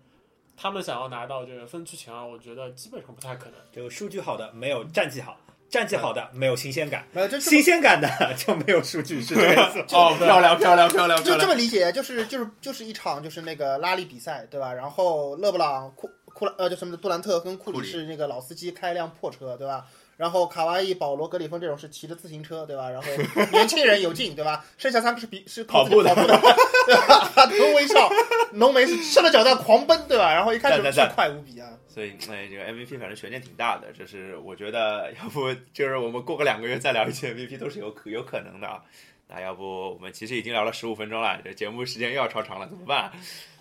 [SPEAKER 2] 他们想要拿到这个分区前二，我觉得基本上不太可能。
[SPEAKER 3] 就数据好的没有战绩好，战绩好的没有新鲜感，
[SPEAKER 4] 没有，就这
[SPEAKER 3] 新
[SPEAKER 4] 么
[SPEAKER 3] 鲜感的就没有数据，是这 个意思。
[SPEAKER 1] 哦，漂亮漂亮漂亮漂
[SPEAKER 4] 就这
[SPEAKER 1] 亮，
[SPEAKER 4] 么理解，就是就是就是一场就是那个拉力比赛，对吧？然后勒布朗、库库拉呃，就什么杜兰特跟库
[SPEAKER 1] 库
[SPEAKER 4] 里
[SPEAKER 1] 里
[SPEAKER 4] 是那个老司机开一辆破车，对吧？然后卡哇伊、保罗、格里芬这种是骑着自行车，对吧？ 然后年轻人有劲，对吧？剩下三个是比是靠
[SPEAKER 1] 跑步的
[SPEAKER 4] 自己跑步的，对吧？哈登微笑，浓眉是赤了脚在狂奔，对吧？然后一看就
[SPEAKER 1] 赞
[SPEAKER 4] 是
[SPEAKER 1] 赞
[SPEAKER 4] 快无比啊！
[SPEAKER 1] 所以哎，这个 MVP 反正悬念挺大的，这是我觉得， 要不就是我们过个两个月再聊一期 MVP 都是有可有可能的啊。那要不我们其实已经聊了十五分钟了，这节目时间又要超长了，怎么办？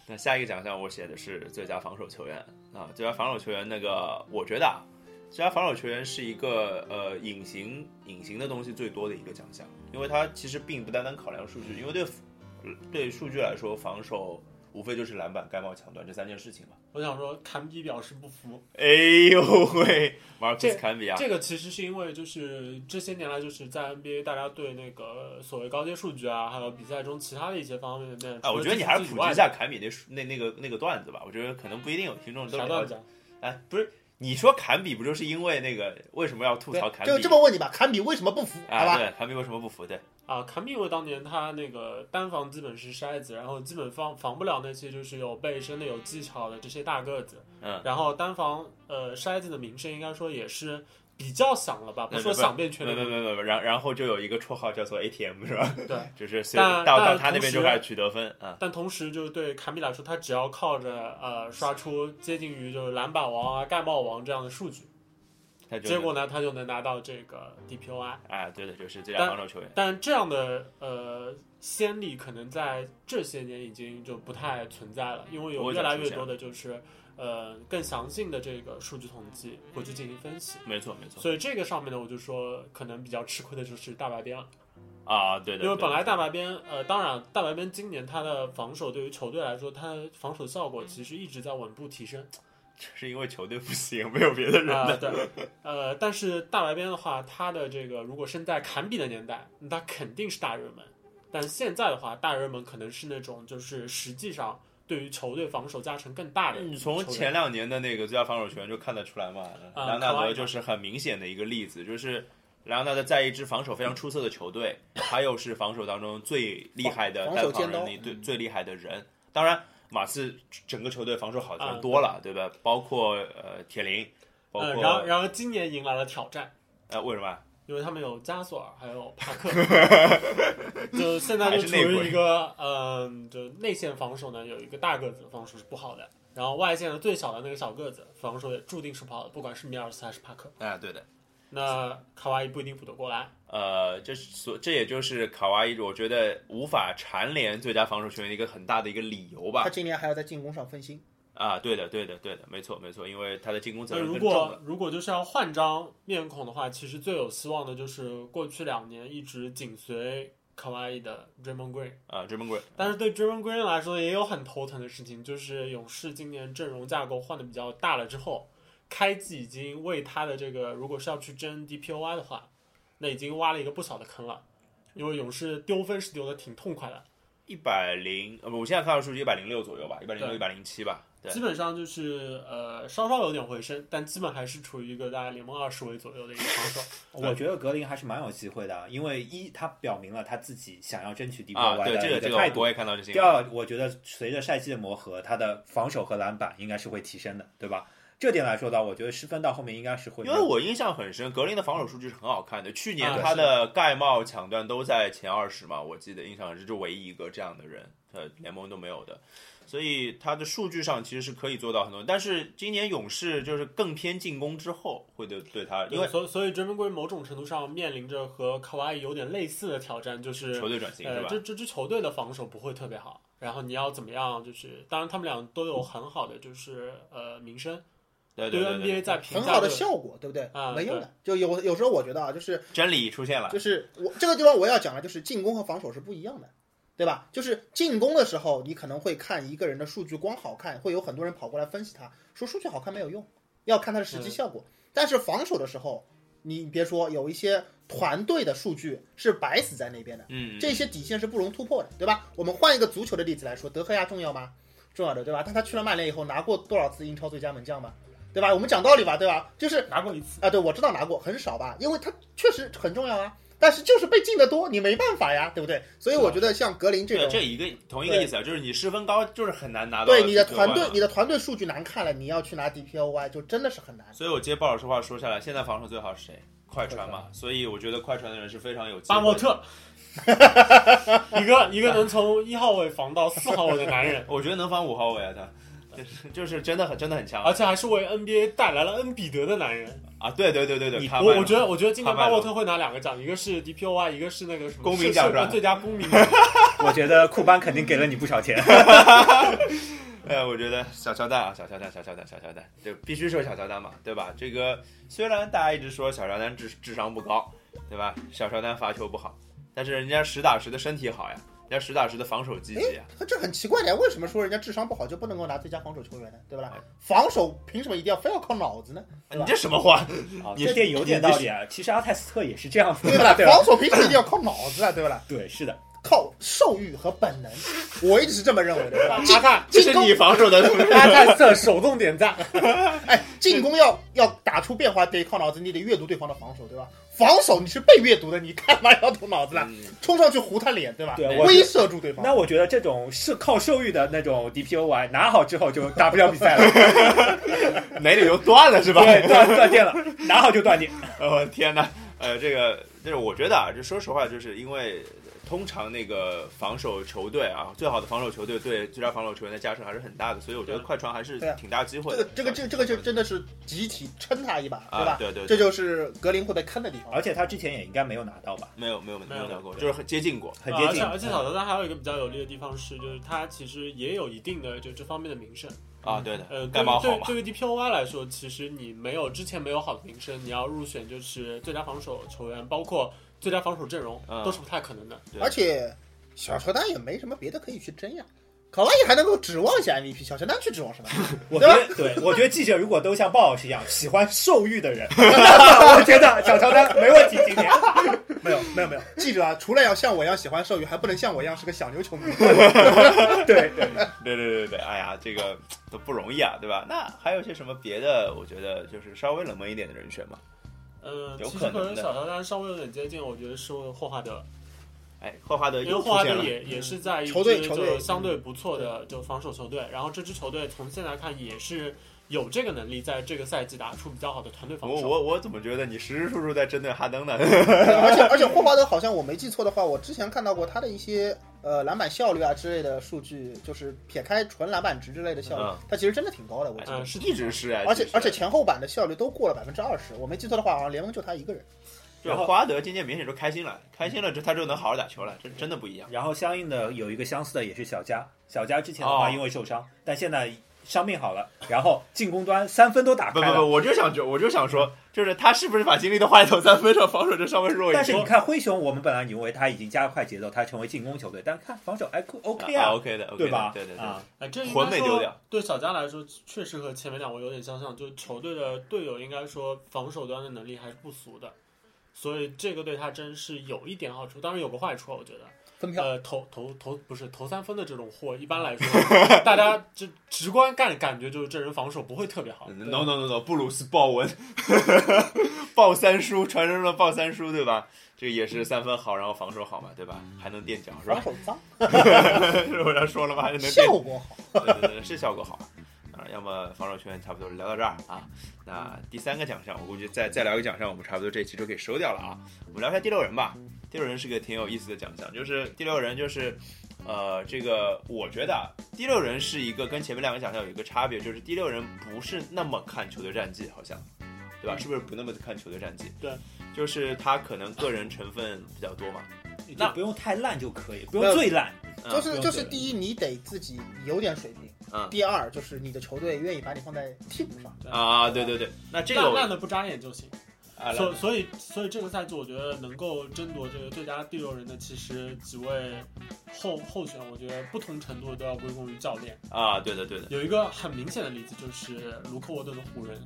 [SPEAKER 1] 那下一个奖项我写的是最佳防守球员啊，最佳防守球员那个我觉得啊，最佳防守球员是一个呃隐形隐形的东西最多的一个奖项，因为它其实并不单单考量数据，因为对对数据来说，防守无非就是篮板、盖帽、抢断这三件事情嘛。
[SPEAKER 2] 我想说，坎比表示不服。
[SPEAKER 1] 哎呦喂，Marcus 坎比啊，
[SPEAKER 2] 这个其实是因为就是这些年来就是在 NBA 大家对那个所谓高阶数据啊，还有比赛中其他的一些方面的，
[SPEAKER 1] 哎，我觉得你还是普
[SPEAKER 2] 除
[SPEAKER 1] 及
[SPEAKER 2] 了
[SPEAKER 1] 一
[SPEAKER 2] 技术
[SPEAKER 1] 下坎比那书那那个那个段子吧，我觉得可能不一定有听众
[SPEAKER 2] 之
[SPEAKER 1] 都
[SPEAKER 2] 外啥
[SPEAKER 1] 了
[SPEAKER 2] 段
[SPEAKER 1] 解。
[SPEAKER 2] 子？
[SPEAKER 1] 哎，不是，你说坎比不就是因为那个为什么要吐槽坎比？
[SPEAKER 4] 就这么问你吧，坎比为什么不服？好
[SPEAKER 1] 啊，
[SPEAKER 4] 吧，
[SPEAKER 1] 对，坎比为什么不服？对，
[SPEAKER 2] 啊，坎比因为当年他那个单防基本是筛子，然后基本防防不了那些就是有背身的、有技巧的这些大个子。
[SPEAKER 1] 嗯，
[SPEAKER 2] 然后单防呃筛子的名声应该说也是比较响了吧，不
[SPEAKER 1] 那
[SPEAKER 2] 说
[SPEAKER 1] 不
[SPEAKER 2] 响遍全
[SPEAKER 1] 嗯没
[SPEAKER 2] 联
[SPEAKER 1] 没
[SPEAKER 2] 盟。
[SPEAKER 1] 没没没，然然后就有一个绰号叫做 ATM 是吧？
[SPEAKER 2] 对，
[SPEAKER 1] 就是随
[SPEAKER 2] 但
[SPEAKER 1] 到到
[SPEAKER 2] 但
[SPEAKER 1] 他那边就
[SPEAKER 2] 同时
[SPEAKER 1] 开始取得分啊，
[SPEAKER 2] 但同时，就是对卡米来说，他只要靠着呃刷出接近于就是篮板王啊、盖帽王这样的数据，
[SPEAKER 1] 他就
[SPEAKER 2] 结果呢，他就能拿到这个 DPOI。
[SPEAKER 1] 啊，对的，就是最佳
[SPEAKER 2] 但
[SPEAKER 1] 防守球员。
[SPEAKER 2] 但这样的呃先例，可能在这些年已经就不太存在了，因
[SPEAKER 1] 不
[SPEAKER 2] 为有
[SPEAKER 1] 会
[SPEAKER 2] 越
[SPEAKER 1] 再
[SPEAKER 2] 来
[SPEAKER 1] 出
[SPEAKER 2] 越
[SPEAKER 1] 现
[SPEAKER 2] 多的就是呃更详尽的这个数据统计回去进行分析。
[SPEAKER 1] 没错，没错
[SPEAKER 2] 所以这个上面呢，我就说可能比较吃亏的就是大白边了，
[SPEAKER 1] 啊，对的。
[SPEAKER 2] 因为
[SPEAKER 1] 对
[SPEAKER 2] 本
[SPEAKER 1] 的
[SPEAKER 2] 来大白边，呃，当然大白边今年他的防守对于球队来说，他的防守效
[SPEAKER 1] 嗯
[SPEAKER 2] 果其实一直在稳步提升，
[SPEAKER 1] 是因为球队不行，没有别的人
[SPEAKER 2] 啊、
[SPEAKER 1] 的。
[SPEAKER 2] 对，呃，但是大白边的话，他的这个如果身在坎比的年代，那他肯定是大热门。但现在的话，大热门可能是那种就是实际上对于球队防守加成更大的球员。嗯
[SPEAKER 1] 你嗯从前两年的那个最佳防守球员就看得出来嘛，
[SPEAKER 2] 啊
[SPEAKER 1] 莱昂纳
[SPEAKER 2] 可爱嘛
[SPEAKER 1] 德就是很明显的一个例子，就是莱昂纳德在一支防守非常出色的球队，他又是防守当中最厉害的
[SPEAKER 4] 防
[SPEAKER 1] 单
[SPEAKER 4] 守
[SPEAKER 1] 防
[SPEAKER 4] 尖刀嗯
[SPEAKER 1] 能力，最最厉害的人。当然，马刺整个球队防守好的
[SPEAKER 2] 啊
[SPEAKER 1] 人多了，对吧？包括呃铁林，包
[SPEAKER 2] 呃，然后
[SPEAKER 1] 括
[SPEAKER 2] 然后今年迎来了挑战，
[SPEAKER 1] 呃为什么？
[SPEAKER 2] 因为他们有加索尔还有帕 克，就现在
[SPEAKER 1] 还
[SPEAKER 2] 就是处
[SPEAKER 1] 内鬼
[SPEAKER 2] 于一个嗯、就内线防守呢有一个大个子的防守是不好的，然后外线的最小的那个小个子防守也注定是不好的，不管是米尔斯还是帕克。
[SPEAKER 1] 哎，对的。
[SPEAKER 2] 那卡哇伊不一定补得过来。
[SPEAKER 1] 呃，这是所这也就是卡哇伊，我觉得无法蝉联最佳防守球员的一个很大的一个理由吧
[SPEAKER 4] 他。今年还要在进攻上分心，
[SPEAKER 1] 啊，对的，对的，对的，没错，没错，因为他的进攻责
[SPEAKER 2] 那
[SPEAKER 1] 任
[SPEAKER 2] 如
[SPEAKER 1] 更重了。
[SPEAKER 2] 果如果就是要换张面孔的话，其实最有希望的就是过去两年一直紧随卡哇伊的 Draymond Green。
[SPEAKER 1] 啊追 r a y
[SPEAKER 2] 但是对 Draymond Green 来说，也有很头疼的事情，就是勇士今年阵容架构换的比较大了之后，开季已经为他的这个如果是要去争 DPOY 的话，那已经挖了一个不小的坑了，因为勇士丢分是丢的挺痛快的。
[SPEAKER 1] 一百零，呃，不我现在看到数据一百零六左右吧，一百零六、一百零七吧。对
[SPEAKER 2] 基，本上就是呃稍稍有点回升，但基本还是处于一个大概联盟二十位左右的一个防 守。
[SPEAKER 3] 我觉得格林还是蛮有机会的，因为一他表明了他自己想要争取 DPOY
[SPEAKER 1] 啊，
[SPEAKER 3] 的
[SPEAKER 1] 对，这
[SPEAKER 3] 一
[SPEAKER 1] 个这
[SPEAKER 3] 态
[SPEAKER 1] 个
[SPEAKER 3] 度。
[SPEAKER 1] 我也看到这些
[SPEAKER 3] 第。二，我觉得随着赛季的磨合，他的防守和篮板应该是会提升的，对吧？这点来说呢，我觉得失分到后面应该是会
[SPEAKER 1] 因为我印象很深，格林的防守数据是很好看的。去年
[SPEAKER 2] 啊
[SPEAKER 1] 他的盖帽抢断都在前二十嘛，我记得印象是就唯一一个这样的人，呃，联盟都没有的。所以他的数据上其实是可以做到很多，但是今年勇士就是更偏进攻之后会对对他，因为
[SPEAKER 2] 所所以追梦龟某种程度上面临着和卡哇伊有点类似的挑战，就是
[SPEAKER 1] 球队转型是
[SPEAKER 2] 呃，
[SPEAKER 1] 吧
[SPEAKER 2] 这？这支球队的防守不会特别好，然后你要怎么样？就是当然他们俩都有很好的就是呃名声，
[SPEAKER 1] 对对对
[SPEAKER 2] NBA
[SPEAKER 1] 对，
[SPEAKER 2] 在评
[SPEAKER 4] 很
[SPEAKER 2] 价
[SPEAKER 4] 好的效果，对不对？
[SPEAKER 2] 啊
[SPEAKER 4] 没用的。就有有时候我觉得啊，就是
[SPEAKER 1] 真理出现了，
[SPEAKER 4] 就是我这个地方我要讲的，就是进攻和防守是不一样的，对吧？就是进攻的时候，你可能会看一个人的数据，光好看，会有很多人跑过来分析他，说数据好看没有用，要看他的实际效果。但是防守的时候，你别说有一些团队的数据是摆死在那边的，
[SPEAKER 1] 嗯，
[SPEAKER 4] 这些底线是不容突破的，对吧？我们换一个足球的例子来说，德赫亚重要吗？重要的，对吧？但他去了曼联以后，拿过多少次英超最佳门将吗？对吧？我们讲道理吧，对吧？就是
[SPEAKER 2] 拿过一次。
[SPEAKER 4] 啊，对，我知道拿过，很少吧，因为他确实很重要啊。但是就是被进的多，你没办法呀，对不对？所以我觉得像格林这
[SPEAKER 1] 对
[SPEAKER 4] 种，
[SPEAKER 1] 这一个同一个意思啊，就是你失分高就是很难拿到
[SPEAKER 4] 对你的
[SPEAKER 1] 这个
[SPEAKER 4] 团队
[SPEAKER 1] 冠，军
[SPEAKER 4] 你的团队数据难看了，你要去拿 DPOY 就真的是很难。
[SPEAKER 1] 所以我接鲍老师话说下来，现在防守最好是谁？快船嘛，所以我觉得快船的人是非常有机会的
[SPEAKER 2] 巴 莫特，一个一个能从一号位防到四号位的男人，
[SPEAKER 1] 我觉得能防五号位啊，他 就是就是真的很真的很强
[SPEAKER 2] 而且还是为 NBA 带来了恩比德的男人。
[SPEAKER 1] 啊！对对对对对，卡
[SPEAKER 2] 我
[SPEAKER 1] 麦
[SPEAKER 2] 我觉得我觉得今
[SPEAKER 1] 卡
[SPEAKER 2] 年
[SPEAKER 1] 麦
[SPEAKER 2] 巴
[SPEAKER 1] 隆
[SPEAKER 2] 洛特会拿两个奖，一个是 DPOY，一个啊是那个什么
[SPEAKER 1] 公民
[SPEAKER 2] 是
[SPEAKER 1] 奖
[SPEAKER 2] 是
[SPEAKER 1] 是吧
[SPEAKER 2] 最佳公民奖。
[SPEAKER 3] 我觉得库班肯定给了你不少钱。
[SPEAKER 1] 哎，我觉得小乔丹啊，小乔丹，小乔丹，小乔丹，就必须说小乔丹嘛，对吧？这个虽然大家一直说小乔丹智智商不高，对吧？小乔丹罚球不好，但是人家实打实的身体好呀，人家实打实的防守积极呀。
[SPEAKER 4] 这很奇怪的，为什么说人家智商不好就不能够拿最佳防守球员呢？对不
[SPEAKER 1] 哎
[SPEAKER 4] 啦？防守凭什么一定要非要靠脑 子呢？
[SPEAKER 1] 啊你这什么话？
[SPEAKER 3] 啊，
[SPEAKER 1] 你
[SPEAKER 3] 哎这点有点道理啊。其实阿泰斯特也是这样子
[SPEAKER 4] 对不
[SPEAKER 3] 的，
[SPEAKER 4] 啦？
[SPEAKER 1] 啊
[SPEAKER 3] 对吧？
[SPEAKER 4] 防守凭什么一定要靠脑子啊？对不啦？
[SPEAKER 3] 对，是的。
[SPEAKER 4] 靠兽欲和本能，我一直是这么认为的。对吧啊
[SPEAKER 2] 阿泰，
[SPEAKER 1] 这是你防守的，
[SPEAKER 2] 阿泰斯特手动点赞。
[SPEAKER 4] 哎，进攻要要打出变化，得靠脑子，你得阅读对方的防守，对吧？防守你是被阅读的，你干嘛要动脑子
[SPEAKER 1] 嗯
[SPEAKER 4] 呢？冲上去糊他脸，对吧？
[SPEAKER 3] 对啊我
[SPEAKER 4] 威慑住对方。
[SPEAKER 3] 那我觉得这种是靠兽欲的那种 DPOY 啊拿好之后就打不了比 赛了，
[SPEAKER 1] 哪里又断了是吧？
[SPEAKER 3] 对，断断电了，拿好就断电。
[SPEAKER 1] 哦天哪， 呃，这个就是我觉得啊，就说实话，就是因为通常那个防守球队啊，最好的防守球队对最佳防守球员的加成还是很大的，所以我觉得快船还是
[SPEAKER 4] 对啊
[SPEAKER 1] 挺大机会
[SPEAKER 4] 这
[SPEAKER 1] 的
[SPEAKER 4] 个。这个这个这个就真的是集体撑他一把，
[SPEAKER 1] 啊
[SPEAKER 4] 对吧？
[SPEAKER 1] 对对对
[SPEAKER 4] 这就是格林会被坑的地方。
[SPEAKER 3] 而且他之前也应该没有拿到吧，
[SPEAKER 1] 没有没有没
[SPEAKER 2] 没有
[SPEAKER 1] 有聊过，就是很接近过。
[SPEAKER 3] 很
[SPEAKER 2] 啊
[SPEAKER 3] 接
[SPEAKER 2] 而且
[SPEAKER 3] 近。
[SPEAKER 2] 而且小乔丹还有一个比较有利的地方是，就是他其实也有一定的就这方面的名声。
[SPEAKER 1] 啊，对的，
[SPEAKER 2] 呃，对
[SPEAKER 1] 盖帽好
[SPEAKER 2] 对
[SPEAKER 1] 嘛，
[SPEAKER 2] 对于 DPOY 来说，其实你没有之前没有好的名声，你要入选就是最佳防守球员，包括最佳防守阵容、
[SPEAKER 1] 嗯
[SPEAKER 2] 都是不太可能的。
[SPEAKER 1] 对
[SPEAKER 4] 而且小乔丹也没什么别的可以去争呀。卡哇伊还能够指望一下 MVP，小乔丹去指望什么？
[SPEAKER 3] 我觉得，对我觉得记者如果都像鲍老师一样喜欢兽欲 的人，我觉得小乔丹没问题。今 年
[SPEAKER 4] 没有没有没有，记者啊，除了要像我一样喜欢授予，还不能像我一样是个小牛球迷。
[SPEAKER 1] 对
[SPEAKER 3] 对对，
[SPEAKER 1] 对对对对，哎呀，这个都不容易啊，对吧？那还有些什么别的？我觉得就是稍微冷门一点的人选嘛。
[SPEAKER 2] 嗯，
[SPEAKER 1] 有
[SPEAKER 2] 其
[SPEAKER 1] 可
[SPEAKER 2] 实可
[SPEAKER 1] 能
[SPEAKER 2] 能
[SPEAKER 1] 的
[SPEAKER 2] 小乔丹稍微有点接近，我觉得是霍华德，
[SPEAKER 1] 哎，霍华德
[SPEAKER 2] 因为
[SPEAKER 1] 又
[SPEAKER 2] 霍
[SPEAKER 1] 出
[SPEAKER 2] 华
[SPEAKER 1] 现
[SPEAKER 2] 德
[SPEAKER 1] 了，
[SPEAKER 2] 也也是在一支
[SPEAKER 4] 球队球队
[SPEAKER 2] 就相
[SPEAKER 1] 嗯
[SPEAKER 2] 对不错的就防守球队，然后这支球队从现在看也是有这个能力，在这个赛季打出比较好的团队防
[SPEAKER 1] 哦我
[SPEAKER 2] 守。
[SPEAKER 1] 我我怎么觉得你时时处处在针对哈登呢？
[SPEAKER 4] 而且而且霍华德好像我没记错的话，我之前看到过他的一些呃篮板效率啊之类的数据，就是撇开纯篮板值之类的效率
[SPEAKER 1] 嗯，
[SPEAKER 4] 他其实真的挺高的，我记得。
[SPEAKER 2] 嗯，是的
[SPEAKER 1] 一直 是哎，
[SPEAKER 4] 而且
[SPEAKER 1] 其实
[SPEAKER 4] 而且前后板的效率都过了百分之二十，我没记错的话，好像联盟就他一个人。
[SPEAKER 1] 就霍华德今年明显就开心了，开心了之后他就能好好打球了，这真的不一样。
[SPEAKER 3] 然后相应的有一个相似的也是小加，小加之前的话
[SPEAKER 1] 哦
[SPEAKER 3] 因为受伤，但现在伤病好了，然后进攻端三分都打
[SPEAKER 1] 不
[SPEAKER 3] 开
[SPEAKER 1] 不
[SPEAKER 3] 了。
[SPEAKER 1] 不，我就想说，我就想说，就是他是不是把精力都花在投三分上，防守就稍微弱一
[SPEAKER 3] 但
[SPEAKER 1] 点。
[SPEAKER 3] 是你看灰熊，我们本来以为他已经加快节奏，他成为进攻球队，但看防守哎，OK
[SPEAKER 1] 啊
[SPEAKER 3] 啊，
[SPEAKER 1] ，OK 的，OK 的
[SPEAKER 3] 对吧？
[SPEAKER 1] 对对对，
[SPEAKER 3] 啊，
[SPEAKER 2] 哎，这应该
[SPEAKER 1] 魂被
[SPEAKER 2] 说
[SPEAKER 1] 丢掉
[SPEAKER 2] 对小加来说，确实和前面两位有点相像，就是球队的队友应该说防守端的能力还是不俗的，所以这个对他真是有一点好处，当然有个坏处啊，我觉得
[SPEAKER 3] 分
[SPEAKER 1] 嗯
[SPEAKER 3] 票，
[SPEAKER 2] 呃，头头头不是头三分的这种货，一般 来说，大家就直观感感觉就是这人防守不会特别好。
[SPEAKER 1] No no no no，布鲁斯鲍文， 鲍三叔，传说中的鲍三叔，对吧？这个也是三分好，然后防守好嘛，对吧？
[SPEAKER 3] 嗯
[SPEAKER 1] 还能垫脚，是
[SPEAKER 4] 防
[SPEAKER 1] 吧？
[SPEAKER 4] 守脏，
[SPEAKER 1] 是不是说了吧？还能垫
[SPEAKER 4] 效果好。
[SPEAKER 1] 对对对，是效果好。啊，要么防守圈差不多聊到这儿啊。那第三个奖项，我估计再再聊一个奖项，我们差不多这期就可以收掉了啊。我们聊一下第六人吧。第六人是个挺有意思的奖项，就是第六人就是，呃，这个我觉得啊第六人是一个跟前面两个奖项有一个差别，就是第六人不是那么看球队战绩，好像，对吧？是不是不那么看球队战绩？
[SPEAKER 2] 对，
[SPEAKER 1] 就是他可能个人成分比较多嘛。
[SPEAKER 3] 就
[SPEAKER 1] 那
[SPEAKER 3] 不用太烂就可以，不
[SPEAKER 4] 那
[SPEAKER 3] 用最烂。
[SPEAKER 1] 嗯
[SPEAKER 4] 就是
[SPEAKER 3] 嗯
[SPEAKER 4] 就是，
[SPEAKER 3] 对
[SPEAKER 4] 第一，你得自己有点水平；
[SPEAKER 1] 嗯
[SPEAKER 4] 第二，就是你的球队愿意把你放在替补上。
[SPEAKER 1] 啊，对对对，那这个
[SPEAKER 2] 烂
[SPEAKER 1] 我
[SPEAKER 2] 烂的不扎眼就行。
[SPEAKER 1] 啊，
[SPEAKER 2] 所所以所以这个赛季，我觉得能够争夺这个最佳第六人的，其实几位候候选，我觉得不同程度都要归功于教练。
[SPEAKER 1] 啊，对的对的
[SPEAKER 2] 有一个很明显的例子就是卢克沃顿的湖人，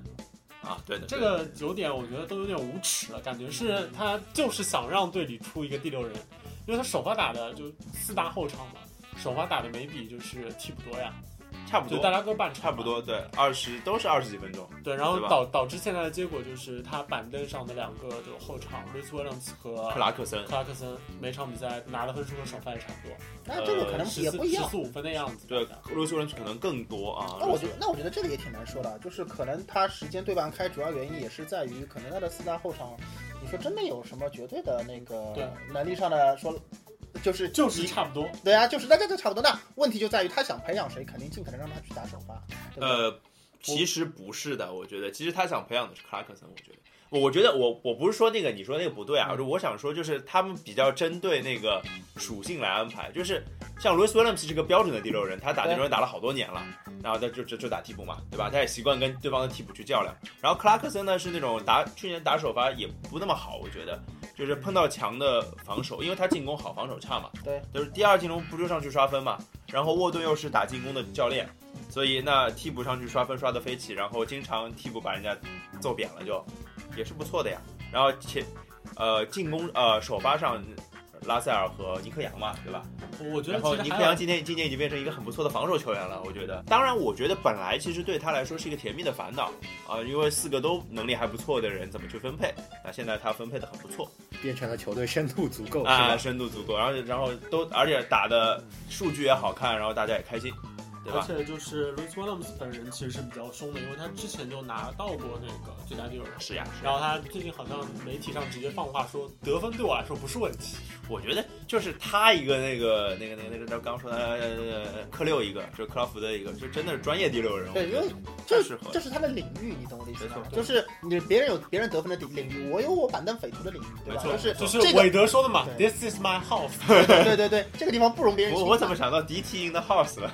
[SPEAKER 1] 啊，对嗯的，
[SPEAKER 2] 这个有点我觉得都有点无耻了，感觉是他就是想让队里出一个第六人，因为他首发打的就四大后场嘛，首发打的每比就是替补多呀，
[SPEAKER 1] 差不
[SPEAKER 2] 就
[SPEAKER 1] 多
[SPEAKER 2] 大。家各半场
[SPEAKER 1] 差
[SPEAKER 2] 嘛
[SPEAKER 1] 不多，对，二十都是二十几分钟。
[SPEAKER 2] 对，然后
[SPEAKER 1] 对吧
[SPEAKER 2] 导导致现在的结果就是他板凳上的两个就后场瑞斯威廉姆斯和
[SPEAKER 1] 克拉克森，
[SPEAKER 2] 克拉克森每场比赛拿的分数和首发也差不多，
[SPEAKER 4] 但
[SPEAKER 1] 呃
[SPEAKER 4] 这个可能
[SPEAKER 2] 十
[SPEAKER 4] 也
[SPEAKER 2] 四
[SPEAKER 4] 不一
[SPEAKER 2] 十
[SPEAKER 4] 样。
[SPEAKER 2] 四五分的样子。
[SPEAKER 1] 对，罗素人可能更多啊。
[SPEAKER 4] 那我觉得，那我觉得这个也挺难说的，就是可能他时间对半开，主要原因也是在于可能他的四大后场，你说真的有什么绝对的那
[SPEAKER 2] 对
[SPEAKER 4] 个能力上的说，就是
[SPEAKER 2] 就是差不多，
[SPEAKER 4] 对啊，就是大家都差不多。那问题就在于他想培养谁，肯定尽可能让他去打首发，对吧？
[SPEAKER 1] 呃，其实不是的，我觉得，其实他想培养的是克拉克森，我觉得。我我觉得我我不是说那个你说那个不对
[SPEAKER 4] 嗯
[SPEAKER 1] 啊，就我想说就是他们比较针对那个属性来安排，就是像罗斯威廉姆斯是个标准的第六人，他打第六人打了好多年了，然后他就就就打替补嘛，对吧？他也习惯跟对方的替补去较量。然后克拉克森呢是那种打去年打首发也不那么好，我觉得就是碰到强的防守，因为他进攻好，防守差嘛，
[SPEAKER 4] 对，
[SPEAKER 1] 就是第二进攻不就上去刷分嘛，然后沃顿又是打进攻的教练，所以那替补上去刷分刷得飞起，然后经常替补把人家揍扁了就，也是不错的呀。然后前呃进攻呃首发上拉塞尔和尼克杨嘛，对吧？
[SPEAKER 2] 我觉得
[SPEAKER 1] 然后
[SPEAKER 2] 其
[SPEAKER 1] 尼
[SPEAKER 2] 实
[SPEAKER 1] 克
[SPEAKER 2] 还
[SPEAKER 1] 杨
[SPEAKER 2] 有
[SPEAKER 1] 今天今天已经变成一个很不错的防守球员了，我觉得。当然，我觉得本来其实对他来说是一个甜蜜的烦恼啊、因为四个都能力还不错的人怎么去分配？那现在他分配的很不错
[SPEAKER 5] 变成了球队深度足够，
[SPEAKER 3] 哦
[SPEAKER 5] 是
[SPEAKER 1] 啊，
[SPEAKER 5] 吧？
[SPEAKER 1] 深度足够，然后然后都而且打的数据也好看，然后大家也开心，对
[SPEAKER 2] 而
[SPEAKER 1] 吧？
[SPEAKER 2] 且就是路易斯威廉姆斯本人其实是比较凶的，因为他之前就拿到过那个最佳第六人。
[SPEAKER 1] 是呀，
[SPEAKER 2] 然后他最近好像媒体上直接放话说，得分对我来说不是问题。
[SPEAKER 1] 我觉得就是他一个那个那个那个那个，他刚说的呃克六一个，就是克劳福德一个，就真的是专业第六人，
[SPEAKER 4] 对
[SPEAKER 1] 我觉得
[SPEAKER 4] 因这
[SPEAKER 1] 太适合了
[SPEAKER 4] 这是他的领域，你懂我的意思吗
[SPEAKER 1] 没？错
[SPEAKER 4] 就是你别人有别人得分的领域，我有我板凳匪徒的领域，对吧？
[SPEAKER 1] 没错
[SPEAKER 4] 就是
[SPEAKER 2] 就是
[SPEAKER 4] 这个，
[SPEAKER 2] 韦德说的嘛
[SPEAKER 4] 对
[SPEAKER 2] ，This is my house。
[SPEAKER 4] 对对对，这个地方不容别人侵
[SPEAKER 1] 我
[SPEAKER 4] 犯。
[SPEAKER 1] 我怎么想到 DT in the house 了？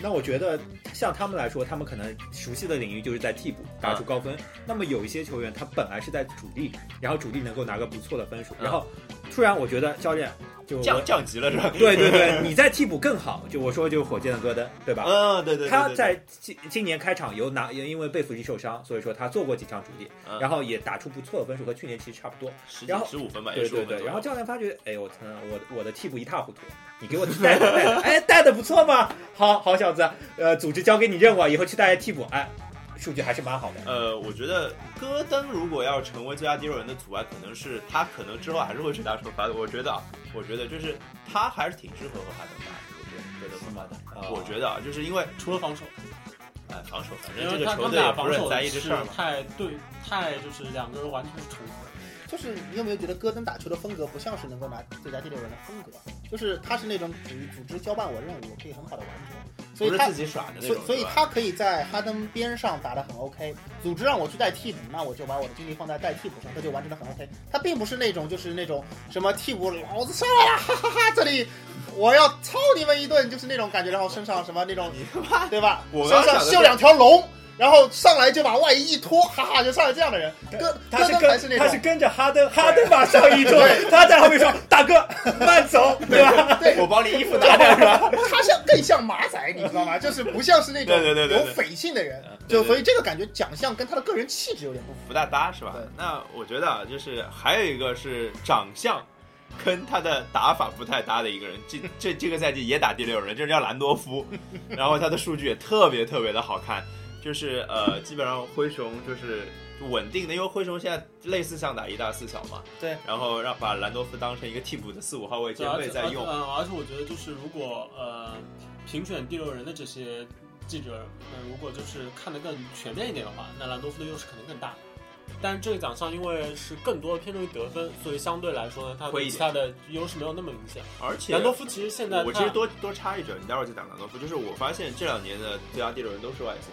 [SPEAKER 3] 那我觉得像他们来说，他们可能熟悉的领域就是在替补打出
[SPEAKER 1] 啊
[SPEAKER 3] 高分。那么有一些球员他本来是在主力，然后主力能够拿个不错的分数，
[SPEAKER 1] 嗯
[SPEAKER 3] 然后突然我觉得教练就
[SPEAKER 1] 降降级了是吧？
[SPEAKER 3] 对对对，你在替补更好。就我说就是火箭的戈登，对吧？
[SPEAKER 1] 嗯，对对对对对
[SPEAKER 3] 他在今今年开场有拿，也因为贝弗利受伤，所以说他做过几场主力，
[SPEAKER 1] 嗯
[SPEAKER 3] 然后也打出不错的分数，和去年其实差不多。
[SPEAKER 1] 十
[SPEAKER 3] 然后
[SPEAKER 1] 十五分吧，也
[SPEAKER 3] 对
[SPEAKER 1] 是15
[SPEAKER 3] 对
[SPEAKER 1] 分左
[SPEAKER 3] 对，
[SPEAKER 1] 右
[SPEAKER 3] 然后教练发觉，哎呦我操，我的我的替补一塌糊涂，你 给我带的带的，哎带的不错嘛，好好小子，呃，组织交给你任务，啊，以后去带替补，哎，数据还是蛮好的。
[SPEAKER 1] 呃，我觉得戈登如果要成为最佳第六人的阻碍，可能是他可能之后还是会去打首发的。我觉得，啊，我觉得就是他还是挺适合和哈登打的。我觉得戈登和哈登，
[SPEAKER 3] 啊
[SPEAKER 1] 我觉得啊，就是因为
[SPEAKER 2] 除了防守，
[SPEAKER 1] 哎防守，反
[SPEAKER 2] 因
[SPEAKER 1] 正这
[SPEAKER 2] 为
[SPEAKER 1] 个
[SPEAKER 2] 他
[SPEAKER 1] 球
[SPEAKER 2] 们
[SPEAKER 1] 队也
[SPEAKER 2] 俩
[SPEAKER 1] 不
[SPEAKER 2] 防
[SPEAKER 1] 是
[SPEAKER 2] 守
[SPEAKER 1] 很在意这
[SPEAKER 2] 是
[SPEAKER 1] 事儿嘛。
[SPEAKER 2] 太对，太就是两个人完全是重合。
[SPEAKER 4] 就是你有没有觉得戈登打球的风格不像是能够拿最佳第六人的风格？就是他是那种属于组织交办我任务，我可以很好的完成，
[SPEAKER 1] 不
[SPEAKER 4] 所以
[SPEAKER 1] 是
[SPEAKER 4] 他
[SPEAKER 1] 自。己耍的那
[SPEAKER 4] 所
[SPEAKER 1] 种
[SPEAKER 4] 以，所以
[SPEAKER 1] 对吧
[SPEAKER 4] 他可以在哈登边上打得很 OK，组织让我去带替补，那我就把我的精力放在带替补上，他就完成的很 OK。他并不是那种就是那种什么替补老子上来了，哈哈哈，这里我要操你们一顿，就是那种感觉，然后身上什么那种
[SPEAKER 1] 你他妈
[SPEAKER 4] 对吧？
[SPEAKER 1] 我刚
[SPEAKER 4] 身上
[SPEAKER 1] 想的
[SPEAKER 4] 绣
[SPEAKER 1] 是
[SPEAKER 4] 两条龙，然后上来就把外衣一脱，哈哈，就上来这样的人。戈
[SPEAKER 3] 他
[SPEAKER 4] 戈
[SPEAKER 3] 是
[SPEAKER 4] 登还是那
[SPEAKER 3] 跟他
[SPEAKER 4] 种
[SPEAKER 3] 是跟着哈登，哈登马上一中，他在后 面说大哥慢走，对吧？
[SPEAKER 4] 对
[SPEAKER 1] 我帮你衣服拿掉是 吧？
[SPEAKER 4] 他像更像马仔，你知 道吗？就是不像是那种
[SPEAKER 1] 对对对对
[SPEAKER 4] 有
[SPEAKER 1] 对
[SPEAKER 4] 匪性的人
[SPEAKER 1] 嗯，对
[SPEAKER 4] 就
[SPEAKER 1] 对
[SPEAKER 4] 所以这个感觉奖项跟他的个人气质有点不符。
[SPEAKER 1] 不大搭是吧
[SPEAKER 4] 对？
[SPEAKER 1] 那我觉得啊，就是还有一个是长相，跟他的打法不太搭的一个人，这这这个赛季也打第六人，这人叫兰多 夫，然后他的数据也特别特别的好看，就是呃，基本上灰熊就是稳定的，因为灰熊现在类似像打一大四小嘛，
[SPEAKER 4] 对，
[SPEAKER 1] 然后让把兰多夫当成一个替补的四五号位
[SPEAKER 2] 对
[SPEAKER 1] 前
[SPEAKER 2] 而
[SPEAKER 1] 卫
[SPEAKER 2] 且
[SPEAKER 1] 在用
[SPEAKER 2] 而，嗯，而且我觉得就是如果呃评选第六人的这些记者，嗯，如果就是看得更全面一点的话，那兰多夫的优势可能更大。但是这个奖项因为是更多偏重于得分，所以相对来说呢，他
[SPEAKER 1] 会
[SPEAKER 2] 对
[SPEAKER 1] 一点
[SPEAKER 2] 其他的优势没有那么明显。
[SPEAKER 1] 而且
[SPEAKER 2] 兰多夫其实现在
[SPEAKER 1] 我
[SPEAKER 2] 他
[SPEAKER 1] 其实多多插一句，你待会儿再讲兰多夫，就是我发现这两年的最佳第六人都是外线。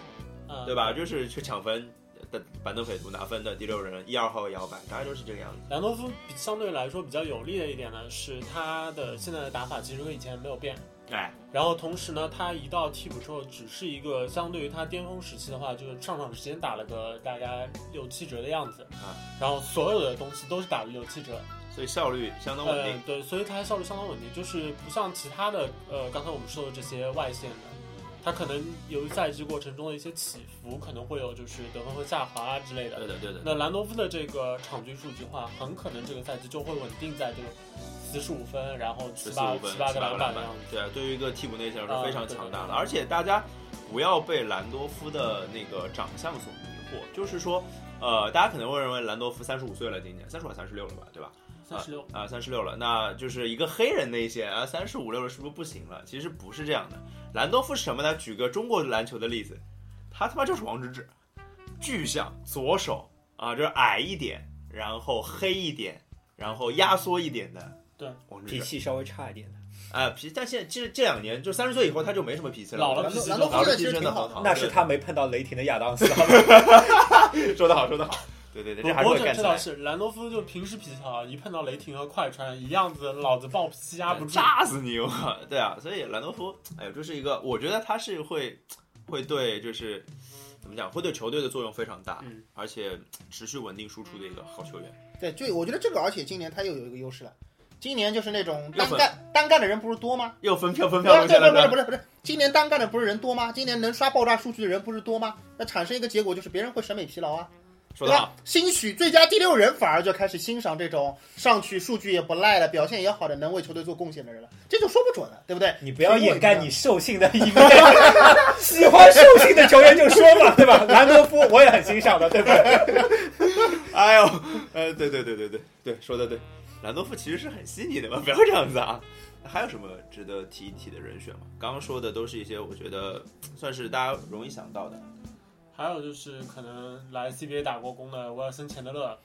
[SPEAKER 2] 呃
[SPEAKER 1] 对吧？就是去抢分的板凳匪徒拿分的第六人，一二号摇摆，大家都是这个样子。
[SPEAKER 2] 兰多夫比相对来说比较有利的一点呢，是他的现在的打法其实跟以前没有变。
[SPEAKER 1] 哎，
[SPEAKER 2] 然后同时呢，他一到替补之后，只是一个相对于他巅峰时期的话，就是上场时间打了个大概六七折的样子
[SPEAKER 1] 啊，
[SPEAKER 2] 然后所有的东西都是打了六七折，
[SPEAKER 1] 所以效率相当稳
[SPEAKER 2] 呃
[SPEAKER 1] 定。，
[SPEAKER 2] 对，所以他效率相当稳定，就是不像其他的呃，刚才我们说的这些外线的，他可能由于赛季过程中的一些起伏，可能会有就是得分会下滑啊之类的
[SPEAKER 1] 对，的，对的。
[SPEAKER 2] 那兰多夫的这个场均数据的话，很可能这个赛季就会稳定在这个四十五分，然后七
[SPEAKER 1] 十四
[SPEAKER 2] 八
[SPEAKER 1] 五分，
[SPEAKER 2] 七八
[SPEAKER 1] 个
[SPEAKER 2] 个
[SPEAKER 1] 板
[SPEAKER 2] 篮板的样子。
[SPEAKER 1] 对啊，对于一个替补内线来说
[SPEAKER 2] 啊
[SPEAKER 1] 非常
[SPEAKER 2] 对
[SPEAKER 1] 强
[SPEAKER 2] 对
[SPEAKER 1] 大的。
[SPEAKER 2] 对
[SPEAKER 1] 而且大家不要被兰多夫的那个长相所迷惑，就是说，呃，大家可能会认为兰多夫三十五岁了，今年三十五、三十六了吧，对吧？
[SPEAKER 2] 三十六，
[SPEAKER 1] 啊，三十六了，那就是一个黑人内线啊，三十五六了是不是不行了？其实不是这样的，兰多夫是什么呢？举个中国篮球的例子，他他妈就是王治郅，巨像，左手啊，就是矮一点，然后黑一点，然后压缩一点的，
[SPEAKER 2] 对，
[SPEAKER 1] 王治
[SPEAKER 3] 脾
[SPEAKER 1] 郅，
[SPEAKER 3] 气稍微差一点的，
[SPEAKER 1] 啊脾，但现在其实这两年就三十岁以后他就没什么脾气了，
[SPEAKER 2] 老
[SPEAKER 1] 我觉
[SPEAKER 2] 了
[SPEAKER 1] 得
[SPEAKER 4] 兰
[SPEAKER 2] 脾气
[SPEAKER 4] 多兰
[SPEAKER 2] 就
[SPEAKER 4] 多
[SPEAKER 1] 老
[SPEAKER 4] 夫
[SPEAKER 1] 了脾
[SPEAKER 4] 现在
[SPEAKER 1] 气
[SPEAKER 4] 其实
[SPEAKER 1] 真的很
[SPEAKER 4] 挺好
[SPEAKER 1] 好
[SPEAKER 4] 的，，
[SPEAKER 3] 那是他没碰到雷霆的 亚当斯。
[SPEAKER 1] 说得好，说得好，对对对，这还
[SPEAKER 2] 不
[SPEAKER 1] 是会
[SPEAKER 2] 过这
[SPEAKER 1] 干起
[SPEAKER 2] 这倒
[SPEAKER 1] 来，
[SPEAKER 2] 是，兰多夫就平时脾气好，啊一碰到雷霆和快船，一样子老子暴脾气压不住。
[SPEAKER 1] 炸死你！我，对啊，所以兰多夫，哎呦，就是一个，我觉得他是会会对就是怎么讲，会对球队的作用非常大，
[SPEAKER 2] 嗯
[SPEAKER 1] 而且持续稳定输出的一个好球员。
[SPEAKER 4] 对，就我觉得这个，而且今年他又有一个优势了，今年就是那种
[SPEAKER 1] 又
[SPEAKER 4] 单
[SPEAKER 1] 分
[SPEAKER 4] 干单干的人不是多吗？
[SPEAKER 1] 又分票分
[SPEAKER 4] 不
[SPEAKER 1] 票
[SPEAKER 4] 是，
[SPEAKER 1] 路线
[SPEAKER 4] 对，不是，
[SPEAKER 1] 了，
[SPEAKER 4] 不是，不是，今年单干的不是人多吗？今年能刷爆炸数据的人不是多吗？那产生一个结果就是别人会审美疲劳啊，
[SPEAKER 1] 说
[SPEAKER 4] 对
[SPEAKER 1] 得好
[SPEAKER 4] 吧，？兴许最佳第六人反而就开始欣赏这种上去数据也不赖了、表现也好的能为球队做贡献的人了，这就说不准了，对不对？
[SPEAKER 3] 你不要掩盖你兽性的一面， 喜欢兽性的球员就说嘛，对吧？兰德夫我也很欣赏的，对不对？
[SPEAKER 1] 哎呦，呃，对对对对对对，说的对，兰多夫其实是很细腻的嘛，不要这样子啊。还有什么值得提一提的人选吗？刚刚说的都是一些我觉得算是大家容易想到的
[SPEAKER 2] 还有就是可能来 CBA 打过工的威尔森钱德勒，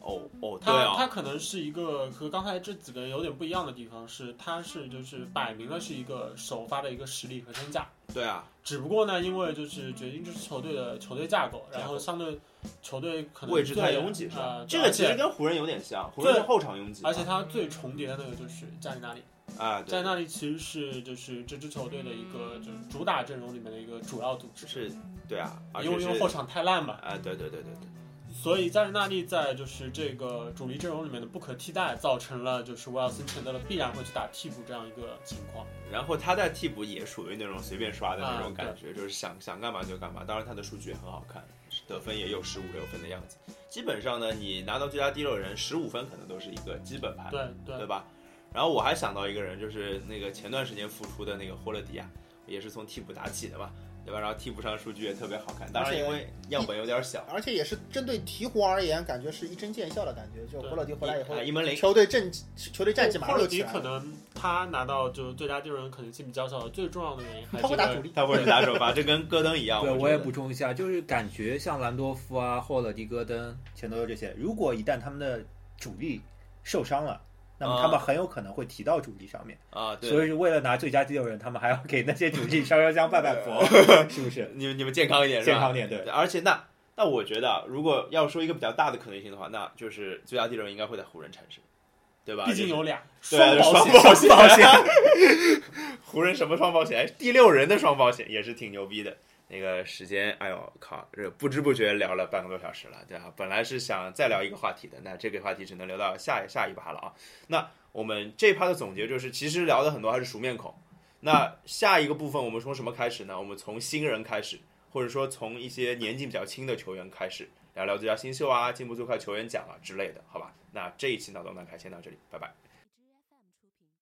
[SPEAKER 1] 哦哦，对
[SPEAKER 2] 他、他
[SPEAKER 1] 啊，
[SPEAKER 2] 可能是一个和刚才这几个人有点不一样的地方是，他是就是摆明了是一个首发的一个实力和身价。
[SPEAKER 1] 对啊，
[SPEAKER 2] 只不过呢，因为就是决定这支球队的球队架构，然后相对球队可能
[SPEAKER 1] 位置太
[SPEAKER 2] 最
[SPEAKER 1] 拥挤是吧
[SPEAKER 2] 呃？
[SPEAKER 1] 这个
[SPEAKER 2] 而
[SPEAKER 1] 其实
[SPEAKER 2] 且
[SPEAKER 1] 跟湖人有点像，湖人是后场拥挤嘛，
[SPEAKER 2] 而且他最重叠的那个就是加里纳利，
[SPEAKER 1] 啊，对
[SPEAKER 2] 加里纳利其实是就是这支球队的一个就是主打阵容里面的一个主要组织，
[SPEAKER 1] 是，对啊，而
[SPEAKER 2] 因
[SPEAKER 1] 且
[SPEAKER 2] 为因为
[SPEAKER 1] 是
[SPEAKER 2] 后场太烂嘛，
[SPEAKER 1] 啊，对对对对对，
[SPEAKER 2] 所以加里纳利在就是这个主力阵容里面的不可替代，造成了就是威尔森钱德勒必然会去打替补这样一个情况。
[SPEAKER 1] 然后他在替补也属于那种随便刷的那种
[SPEAKER 2] 啊
[SPEAKER 1] 感觉，就是想想干嘛就干嘛。当然他的数据也很好看，得分也有十五六分的样子。基本上呢，你拿到最佳第六人十五分可能都是一个基本盘，
[SPEAKER 2] 对对
[SPEAKER 1] 对吧？然后我还想到一个人，就是那个前段时间复出的那个霍勒迪亚，也是从替补打起的嘛，对吧？然后替补上数据也特别好看，当然
[SPEAKER 4] 而且
[SPEAKER 1] 因为样本有点小，
[SPEAKER 4] 而且也是针对鹈鹕而言，感觉是一针见效的感觉。就
[SPEAKER 2] 对
[SPEAKER 4] 博洛迪回来以后
[SPEAKER 1] 啊，一门零，
[SPEAKER 4] 球队战球队战绩马
[SPEAKER 2] 霍
[SPEAKER 4] 上
[SPEAKER 2] 勒
[SPEAKER 4] 就
[SPEAKER 2] 迪
[SPEAKER 4] 起
[SPEAKER 2] 可
[SPEAKER 4] 来了。
[SPEAKER 2] 能他拿到就是最佳第六人可能性比较小的最重要的原因还是
[SPEAKER 4] 他会
[SPEAKER 2] 因
[SPEAKER 4] 打
[SPEAKER 2] 为
[SPEAKER 4] 主力，
[SPEAKER 1] 他会打首发，这跟戈登一样。
[SPEAKER 5] 对，
[SPEAKER 1] 啊觉
[SPEAKER 5] 我也
[SPEAKER 1] 得
[SPEAKER 5] 补充一下，就是感觉像兰多夫啊、霍勒迪戈登、钱德勒这些，如果一旦他们的主力受伤了，那么他们很有可能会提到主力上面。
[SPEAKER 1] 啊，对，
[SPEAKER 5] 所以是为了拿最佳第六人，他们还要给那些主力烧烧香、拜拜佛，是不是？
[SPEAKER 1] 你们你们健康一点是吧？
[SPEAKER 3] 健康点对。
[SPEAKER 1] 而且那那我觉得啊，如果要说一个比较大的可能性的话，那就是最佳第六人应该会在湖人产生，对吧？
[SPEAKER 2] 毕竟有俩
[SPEAKER 1] 对啊
[SPEAKER 2] 保
[SPEAKER 1] 双保
[SPEAKER 5] 保险，
[SPEAKER 1] 湖人什么双保险？哎第六人的双保险也是挺牛逼的。那个时间，哎呦靠，这不知不觉聊了半个多小时了，对啊，本来是想再聊一个话题的，那这个话题只能留到下下一趴了啊。那我们这一趴的总结就是，其实聊的很多还是熟面孔。那下一个部分我们从什么开始呢？我们从新人开始，或者说从一些年纪比较轻的球员开始，聊聊最佳新秀啊、进步最快球员奖啊之类的，好吧？那这一期脑洞大开先到这里，拜拜。